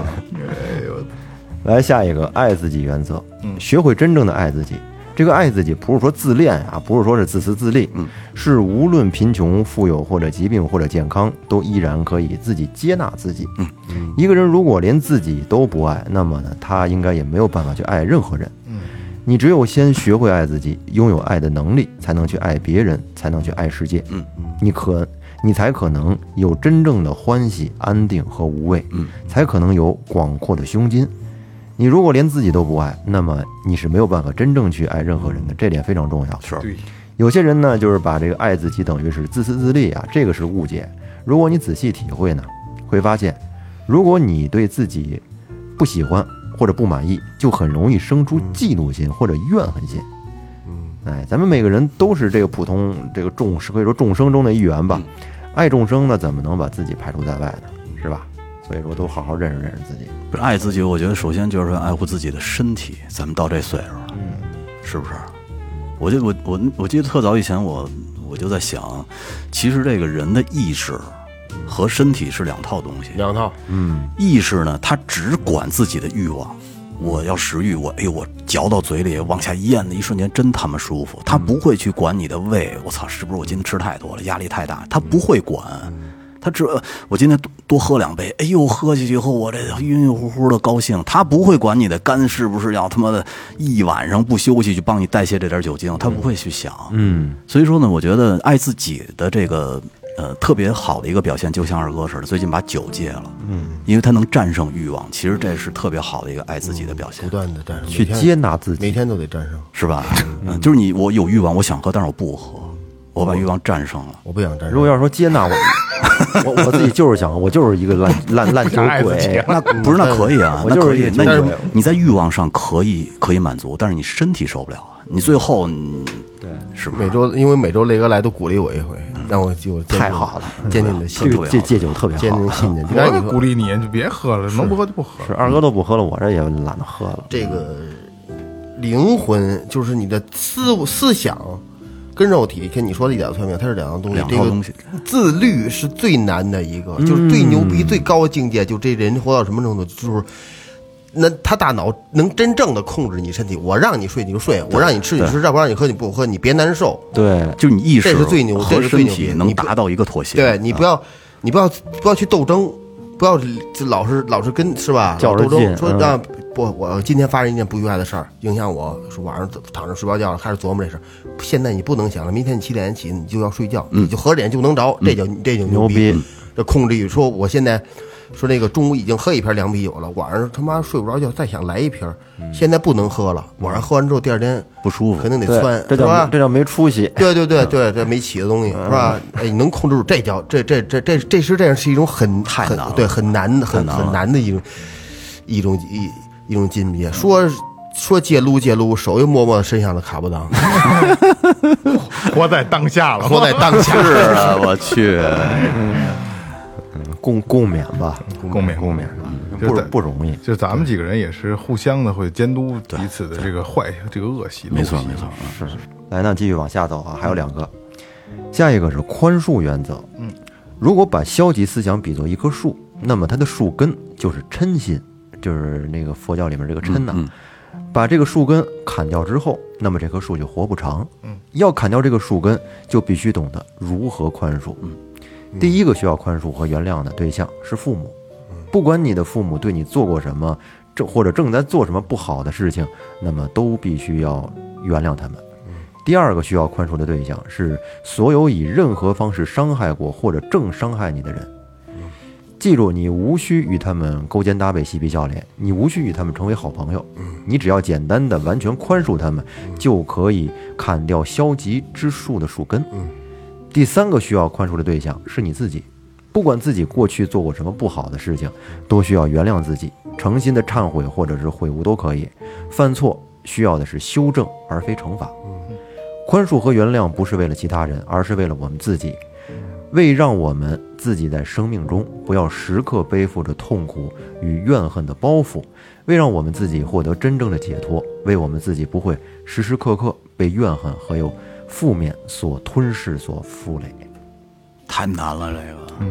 S5: 来下一个，爱自己原则，学会真正的爱自己。这个爱自己不是说自恋啊，不是说是自私自利，是无论贫穷、富有或者疾病或者健康，都依然可以自己接纳自己。一个人如果连自己都不爱，那么呢，他应该也没有办法去爱任何人。你只有先学会爱自己，拥有爱的能力，才能去爱别人，才能去爱世界。嗯，你可，你才可能有真正的欢喜、安定和无畏。嗯，才可能有广阔的胸襟。你如果连自己都不爱，那么你是没有办法真正去爱任何人的，这点非常重要。嗯是
S3: 对，
S5: 有些人呢，就是把这个爱自己等于是自私自利啊，这个是误解。如果你仔细体会呢，会发现，如果你对自己不喜欢或者不满意，就很容易生出嫉妒心或者怨恨心。哎，咱们每个人都是这个普通这个众可以说众生中的一员吧。爱众生呢，怎么能把自己排除在外呢？是吧？所以说，都好好认识认识自己。
S4: 不是爱自己，我觉得首先就是爱护自己的身体。咱们到这岁数了，是不是？我就我我我记得特早以前我我就在想，其实这个人的意识和身体是两套东西。
S6: 两套。
S4: 意识呢，它只管自己的欲望。我要食欲，我哎呦，我嚼到嘴里往下咽的一瞬间，真他妈舒服。它不会去管你的胃，我操，是不是我今天吃太多了，压力太大？它不会管，它只呃我今天多多喝两杯，哎呦，喝下去以后我这晕晕乎乎的高兴。它不会管你的肝是不是要他妈的一晚上不休息去帮你代谢这点酒精，它不会去想。
S5: 嗯，
S4: 所以说呢，我觉得爱自己的这个呃特别好的一个表现，就像二哥似的，最近把酒戒了，嗯，因为他能战胜欲望，其实这是特别好的一个爱自己的表现
S6: 不，断的战胜，
S5: 去
S6: 每天
S5: 接纳自己
S6: 每。天都得战胜。
S4: 是吧？嗯，就是你我有欲望，我想喝，但是我不喝，我把欲望战胜了。
S6: 我不想战
S5: 如
S6: 胜
S5: 果，要说接纳我， 我我自己就是想，我就是一个烂 烂烂酒
S3: 爱自己
S6: 啊
S5: 鬼。
S4: 那不是那可以啊，
S5: 我
S4: 那
S5: 就是
S4: 可以
S5: 一，
S4: 那
S5: 但
S4: 你
S5: 是
S4: 你在欲望上可以可以满足，但是你身体受不了啊，你最后对是不
S6: 每
S4: 是？
S6: 周因为每周雷哥来都鼓励我一回，让我就坚定
S5: 太好了，
S6: 坚定的信
S5: 这
S6: 念，
S5: 个戒戒酒特别
S6: 坚
S5: 好
S6: 定。信念。就
S3: 我
S6: 像
S3: 也
S6: 你
S3: 鼓
S6: 说
S3: 励你，就别喝了，能不喝就不喝。
S5: 是二哥都不喝了，我这也懒得喝了。
S6: 这个灵魂就是你的思思想跟肉体，跟你说的一点都没有，它是两样东西。
S4: 两
S6: 这
S4: 套东西嗯
S6: 个自律是最难的一个，就是最牛逼、最高的境界，就这人活到什么程度，就是。那他大脑能真正的控制你身体，我让你睡你就睡，我让你吃你吃，要不让你喝你不喝，你别难受。
S5: 对，
S4: 就是你意识
S6: 这是最牛
S4: 和
S6: 这是最
S4: 身
S6: 牛逼
S4: 体
S6: 的
S4: 能
S6: 你不
S4: 达到一个妥协，
S6: 对你不
S4: 啊
S6: 要，你不要不要去斗争，不要就老是老是跟是吧？
S5: 较
S6: 老
S5: 着
S6: 斗争
S5: 劲
S6: 说
S5: 嗯
S6: 让不我今天发生一件不愉快的事儿，影响我说晚上躺着睡不着觉了，开始琢磨这事儿。现在你不能想了，明天你七点起你就要睡觉，你就合着眼就能着，这就这就
S5: 嗯牛
S6: 逼
S5: 逼。
S6: 这控制欲，说我现在说那个中午已经喝一瓶凉啤酒了，晚上他妈睡不着觉，再想来一瓶儿，
S5: 嗯
S6: 现在不能喝了，晚上喝完之后第二天
S4: 不舒服
S6: 肯定得窜
S5: 对，，这
S6: 是吧
S5: 叫？这叫没出息。
S6: 对对
S4: 嗯
S6: 对对，这没起的东西是吧？哎，你能控制住，这叫这这这这这是这样是一种很
S4: 太
S6: 很
S4: 难了
S6: 对很难的很
S4: 太难了
S6: 很难的一种一种一一 种境界。说说戒撸戒撸，手又摸摸身上的卡布裆，
S3: 活在当下了，
S6: 活在当下。
S4: 是 啊，我去，
S6: 嗯
S5: 共共勉吧，
S3: 共勉
S5: 共勉吧，
S3: 就
S5: 不
S3: 在
S5: 不容易。
S3: 就咱们几个人也是互相的会监督彼此的这个坏这个恶习，
S4: 没错
S3: 陋习
S4: 没错，嗯
S5: 来，那继续往下走啊，还有两个，下一个是宽恕原则。嗯，如果把消极思想比作一棵树，那么它的树根就是嗔心，就是那个佛教里面这个嗔呐、把这个树根砍掉之后，那么这棵树就活不长。嗯，要砍掉这个树根，就必须懂得如何宽恕。嗯，第一个需要宽恕和原谅的对象是父母，不管你的父母对你做过什么，正或者正在做什么不好的事情，那么都必须要原谅他们。第二个需要宽恕的对象是所有以任何方式伤害过或者正伤害你的人。记住，你无需与他们勾肩搭背、嬉皮笑脸，你无需与他们成为好朋友。你只要简单的完全宽恕他们，就可以砍掉消极之树的树根。第三个需要宽恕的对象是你自己，不管自己过去做过什么不好的事情，都需要原谅自己，诚心的忏悔或者是悔悟都可以。犯错需要的是修正而非惩罚。宽恕和原谅不是为了其他人，而是为了我们自己，为让我们自己在生命中不要时刻背负着痛苦与怨恨的包袱，为让我们自己获得真正的解脱，为我们自己不会时时刻刻被怨恨和有负面所吞噬、所负累。
S4: 太难了，这个，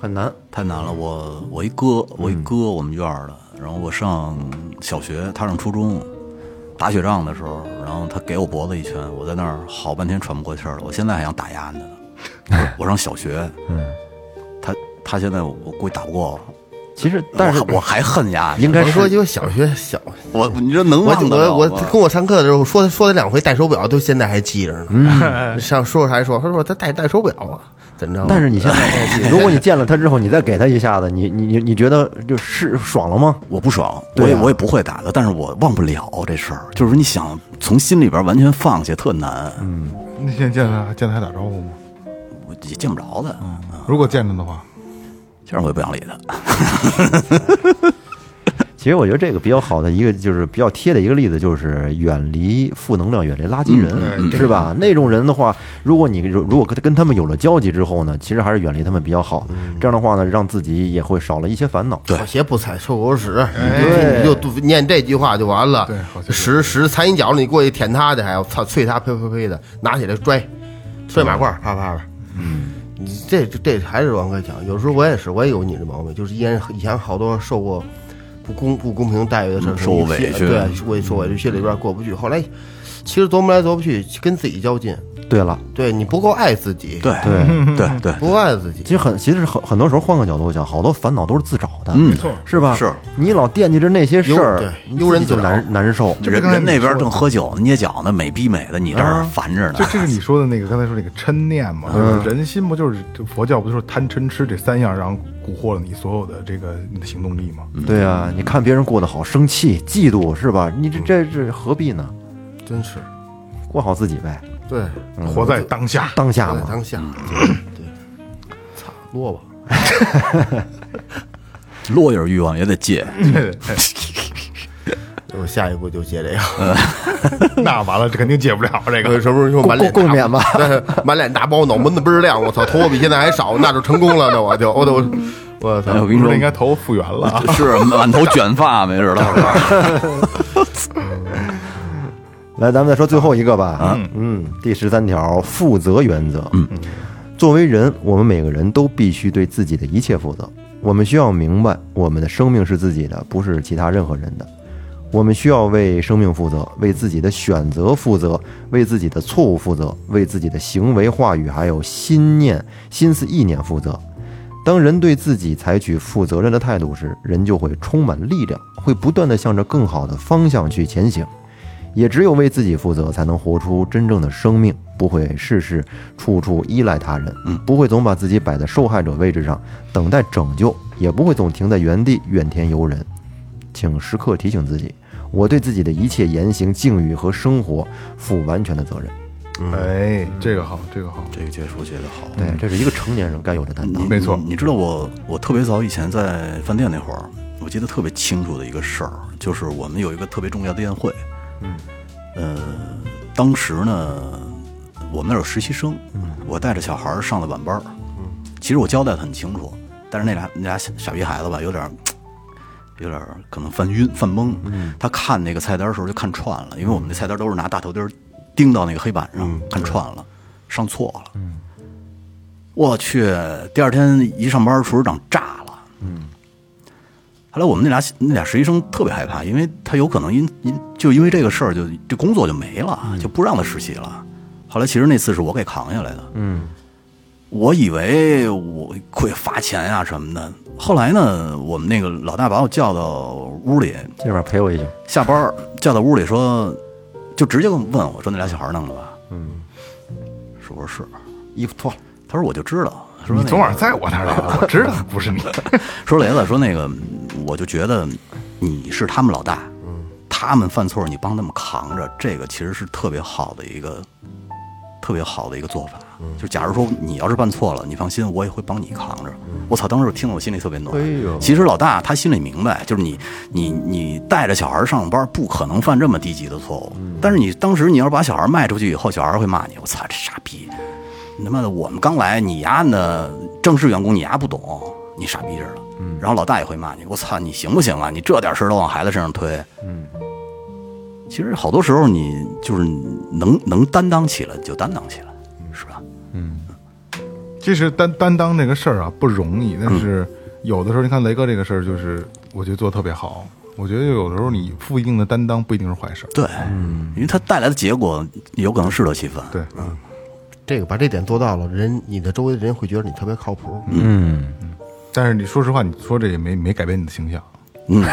S5: 很难，
S4: 太难
S5: 嗯
S4: 了。我我一哥，我一哥，我们院儿的，然后我上小学，他上初中，打雪仗的时候，然后他给我脖子一拳，我在那儿好半天喘不过气儿了。我现在还想打压他呢。我我上小学，嗯，他他现在我估计打不过我，
S5: 其实但是
S4: 我还我还恨丫呢。
S5: 应该
S6: 我说
S5: 是
S6: 就小学小，
S4: 我你这能
S6: 我
S4: 忘得了
S6: 我我
S4: 吗
S6: 跟我上课的时候说说他两回戴手表，都现在还记着
S4: 嗯
S6: 呢。 上说还说，他说他戴戴手表了，怎么着？啊
S5: 但是你现在，如果你见了他之后，你再给他一下子，你你你你觉得就是爽了吗？
S4: 我不爽，我
S5: 对
S4: 也、
S5: 啊
S4: 我也不会打他，但是我忘不了这事儿。就是你想从心里边完全放下，特难，
S5: 嗯
S3: 那现在见他见他还打招呼吗？
S4: 我也见不着他，
S5: 嗯
S3: 如果见着的话，
S4: 这样我也不想理他。
S5: 其实我觉得这个比较好的一个就是比较贴的一个例子，就是远离负能量，远离垃圾人，
S6: 嗯
S5: 是吧？那种人的话，如果你如如果跟跟他们有了交集之后呢，其实还是远离他们比较好。
S6: 嗯
S5: 这样的话呢，让自己也会少了一些烦恼。
S6: 好鞋不踩臭狗屎，
S5: 对
S6: 你就读念这句话就完了。
S3: 哎对好鞋不踩
S6: 屎屎踩你脚了，你过去舔它的，还要操啐它，呸呸呸的，拿起来拽，摔马褂，啪啪的。嗯，你这这这还是王哥讲，有时候我也是，我也有你的毛病，就是以前以前好多受过不公不公平待遇的事儿，
S4: 嗯受过委屈
S6: 对，我受委屈，心里边过不去。后来其实琢磨来琢磨去，跟自己较劲，
S5: 对了，
S6: 对你不够爱自己，
S4: 对对对 对，
S6: 不够爱自己
S5: 其。实很其实很很多时候换个角度讲，好多烦恼都是自找的，
S4: 嗯，
S5: 是吧？
S4: 是
S5: 你老惦记着那些事
S6: 悠
S5: 儿
S6: 对，
S5: 你自己
S6: 悠人自
S5: 就
S6: 扰
S5: 难难受。
S4: 人人那边正喝酒呢，捏脚呢，美逼美的，你这儿烦着呢
S3: 就。这是你说的那个刚才说那个嗔念嘛，就是人心不就是就佛教不就是贪嗔痴这三样，然后蛊惑了你所有的这个你的行动力嘛？
S5: 对啊，你看别人过得好，生气、嫉妒，是吧？你这这这何必呢？
S6: 真是
S5: 过好自己呗，
S6: 对，
S4: 嗯
S3: 活在当下，
S5: 当下
S6: 在
S5: 嘛。
S6: 当下，对，嗯 操萝卜。
S4: 落叶欲望也得 戒，
S6: 我下一步就接这 个，
S4: 嗯
S3: 那完了，这肯定戒不了这
S6: 有
S4: 呃
S3: 个。
S6: 什么时候
S5: 共
S6: 满脸
S5: 共
S6: 大
S5: 共勉吧，
S6: 对满脸大包，脑门子倍儿亮，我操，头发比现在还少，那就成功了，那我就，我都，我操
S4: 哎，我跟你
S3: 不
S4: 说
S3: 是应该头复原了啊？
S4: 是满头卷发，没事到时候。
S5: 来，咱们再说最后一个吧。嗯，第十三条，负责原则。嗯，作为人，我们每个人都必须对自己的一切负责。我们需要明白，我们的生命是自己的，不是其他任何人的。我们需要为生命负责，为自己的选择负责，为自己的错误负责，为自己的行为、话语还有心念、心思、意念负责。当人对自己采取负责任的态度时，人就会充满力量，会不断地向着更好的方向去前行。也只有为自己负责，才能活出真正的生命，不会事事处处依赖他人，不会总把自己摆在受害者位置上，等待拯救，也不会总停在原地怨天尤人。请时刻提醒自己，我对自己的一切言行、境遇和生活负完全的责任。
S4: 嗯
S3: 哎，这个好，这个好，
S4: 这个结束结得好。
S5: 对，这是一个成年人该有的担当
S4: 你。
S3: 没错
S4: 嗯你你知道我我特别早以前在饭店那会儿，我记得特别清楚的一个事儿，就是我们有一个特别重要的宴会，嗯，呃，当时呢，我们那儿有实习生，
S3: 嗯
S4: 我带着小孩儿上的晚班儿。其实我交代的很清楚，但是那俩那俩傻傻逼孩子吧，有点儿有点儿可能犯晕犯懵。
S3: 嗯
S4: 他看那个菜单的时候就看串了，因为我们那菜单都是拿大头钉儿钉到那个黑板上，
S3: 嗯
S4: 看串了，上错了。我去，第二天一上班，厨师长炸了。嗯，后来我们那俩那俩实习生特别害怕，因为他有可能因因就因为这个事儿就这工作就没了，
S3: 嗯
S4: 就不让他实习了。后来其实那次是我给扛下来的。嗯，我以为我会罚钱呀、什么的。后来呢，我们那个老大把我叫到屋里，
S5: 这边陪我一宿。
S4: 下班儿叫到屋里说，就直接问我说：“那俩小孩弄的吧？”嗯，是不是？
S5: 衣服脱了，
S4: 他说：“我就知道。”说
S3: 你
S4: 那
S3: 昨
S4: 个
S3: 晚在我那儿了，我知道不 是你。
S4: 说雷子说那个，我就觉得你是他们老大，他们犯错你帮他们扛着，这个其实是特别好的一个特别好的一个做法。就假如说你要是办错了，你放心，我也会帮你扛着。我操，当时我听了我心里特别暖。其实老大他心里明白，就是你你你带着小孩上班不可能犯这么低级的错误，但是你当时你要是把小孩卖出去以后，小孩会骂你，我操这傻逼。他妈的，我们刚来，你丫的正式员工，你丫不懂，你傻逼似的。然后老大也会骂你，我操，你行不行啊？你这点事儿都往孩子身上推。嗯，其实好多时候你就是能能担当起来就担当起来，是吧？
S3: 其实担担当这个事儿啊不容易，但是有的时候你看雷哥这个事儿，就是我觉得做得特别好。我觉得有的时候你负一定的担当不一定是坏事儿。
S4: 对，因为它带来的结果有可能适得其反。
S3: 对，
S6: 这个把这点做到了，人你的周围的人会觉得你特别靠谱。
S3: 但是你说实话，你说这也没没改变你的形象。
S4: 嗯，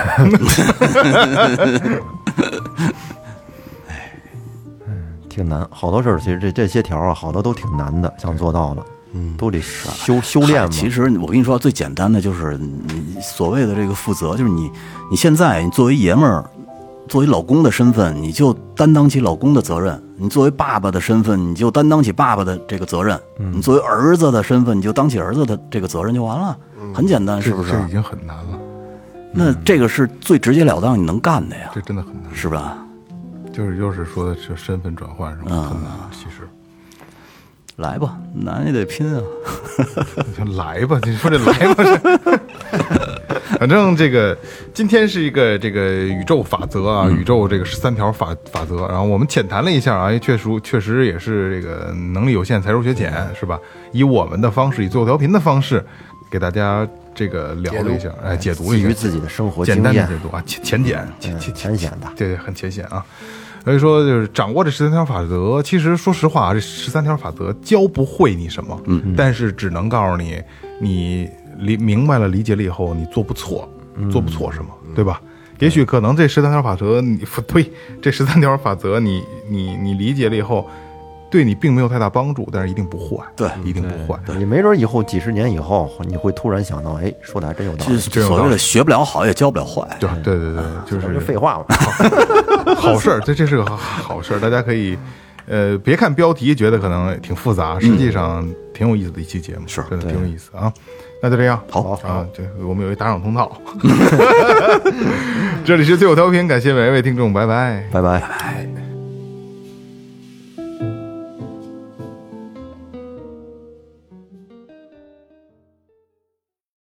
S5: 挺难。好多事儿，其实这这些条啊，好多都挺难的，想做到了，嗯，都得修修炼嘛。
S4: 其实我跟你说，最简单的就是你所谓的这个负责，就是你你现在你作为爷们儿，作为老公的身份，你就担当起老公的责任；你作为爸爸的身份，你就担当起爸爸的这个责任；你作为儿子的身份，你就当起儿子的这个责任就完了，很简单，是不啊是
S3: 这？已经很难了，
S4: 那这个是最直截了当你能干的呀，
S3: 这真的很难。
S4: 是啊吧？
S3: 就是又是说的是身份转换什么的
S4: 嗯
S3: 很难，其实。
S4: 来吧，男也得拼啊！
S3: 你就 来吧，你说这来吧 是。反正这个今天是一个这个宇宙法则啊，
S5: 嗯
S3: 宇宙这个十三条法法则。然后我们浅谈了一下啊，也确实确实也是这个嗯能力有限，才疏学浅
S5: 嗯
S3: 是吧？以我们的方式，以最后调频的方式，给大家这个聊了一下，哎，解读了
S5: 基
S3: 一下
S5: 于自己的生活经
S3: 简单的
S5: 验
S3: 解，读啊，浅浅简浅
S5: 嗯
S3: 浅
S5: 浅显的。
S3: 对，很浅显啊。所以说，就是掌握这十三条法则。其实说实话啊，这十三条法则教不会你什么，嗯，但是只能告诉你，你理明白了、理解了以后，你做不错，做不错什么，对吧？也许可能这十三条法则，你 不对，这十三条法则你，你你理解了以后，对你并没有太大帮助，但是一定不坏，
S4: 对
S3: 一定不坏。
S5: 你没准以后几十年以后，你会突然想到，哎，说的还真有道
S4: 这
S5: 理。
S3: 有道理
S4: 所谓的学不了好，也教不了坏。
S3: 对对对对，就
S5: 这就是废话嘛，
S3: 好事儿，这这是个好好事儿，大家可以，呃，别看标题觉得可能挺复杂，实际上挺有意思的一期节目，
S4: 嗯是
S3: 真的挺有意思啊。那就这样，
S4: 好
S3: 啊，这我们有一打赏通道， 这里是最后调频，感谢每一位听众，拜拜。
S5: 拜拜。
S4: 哎，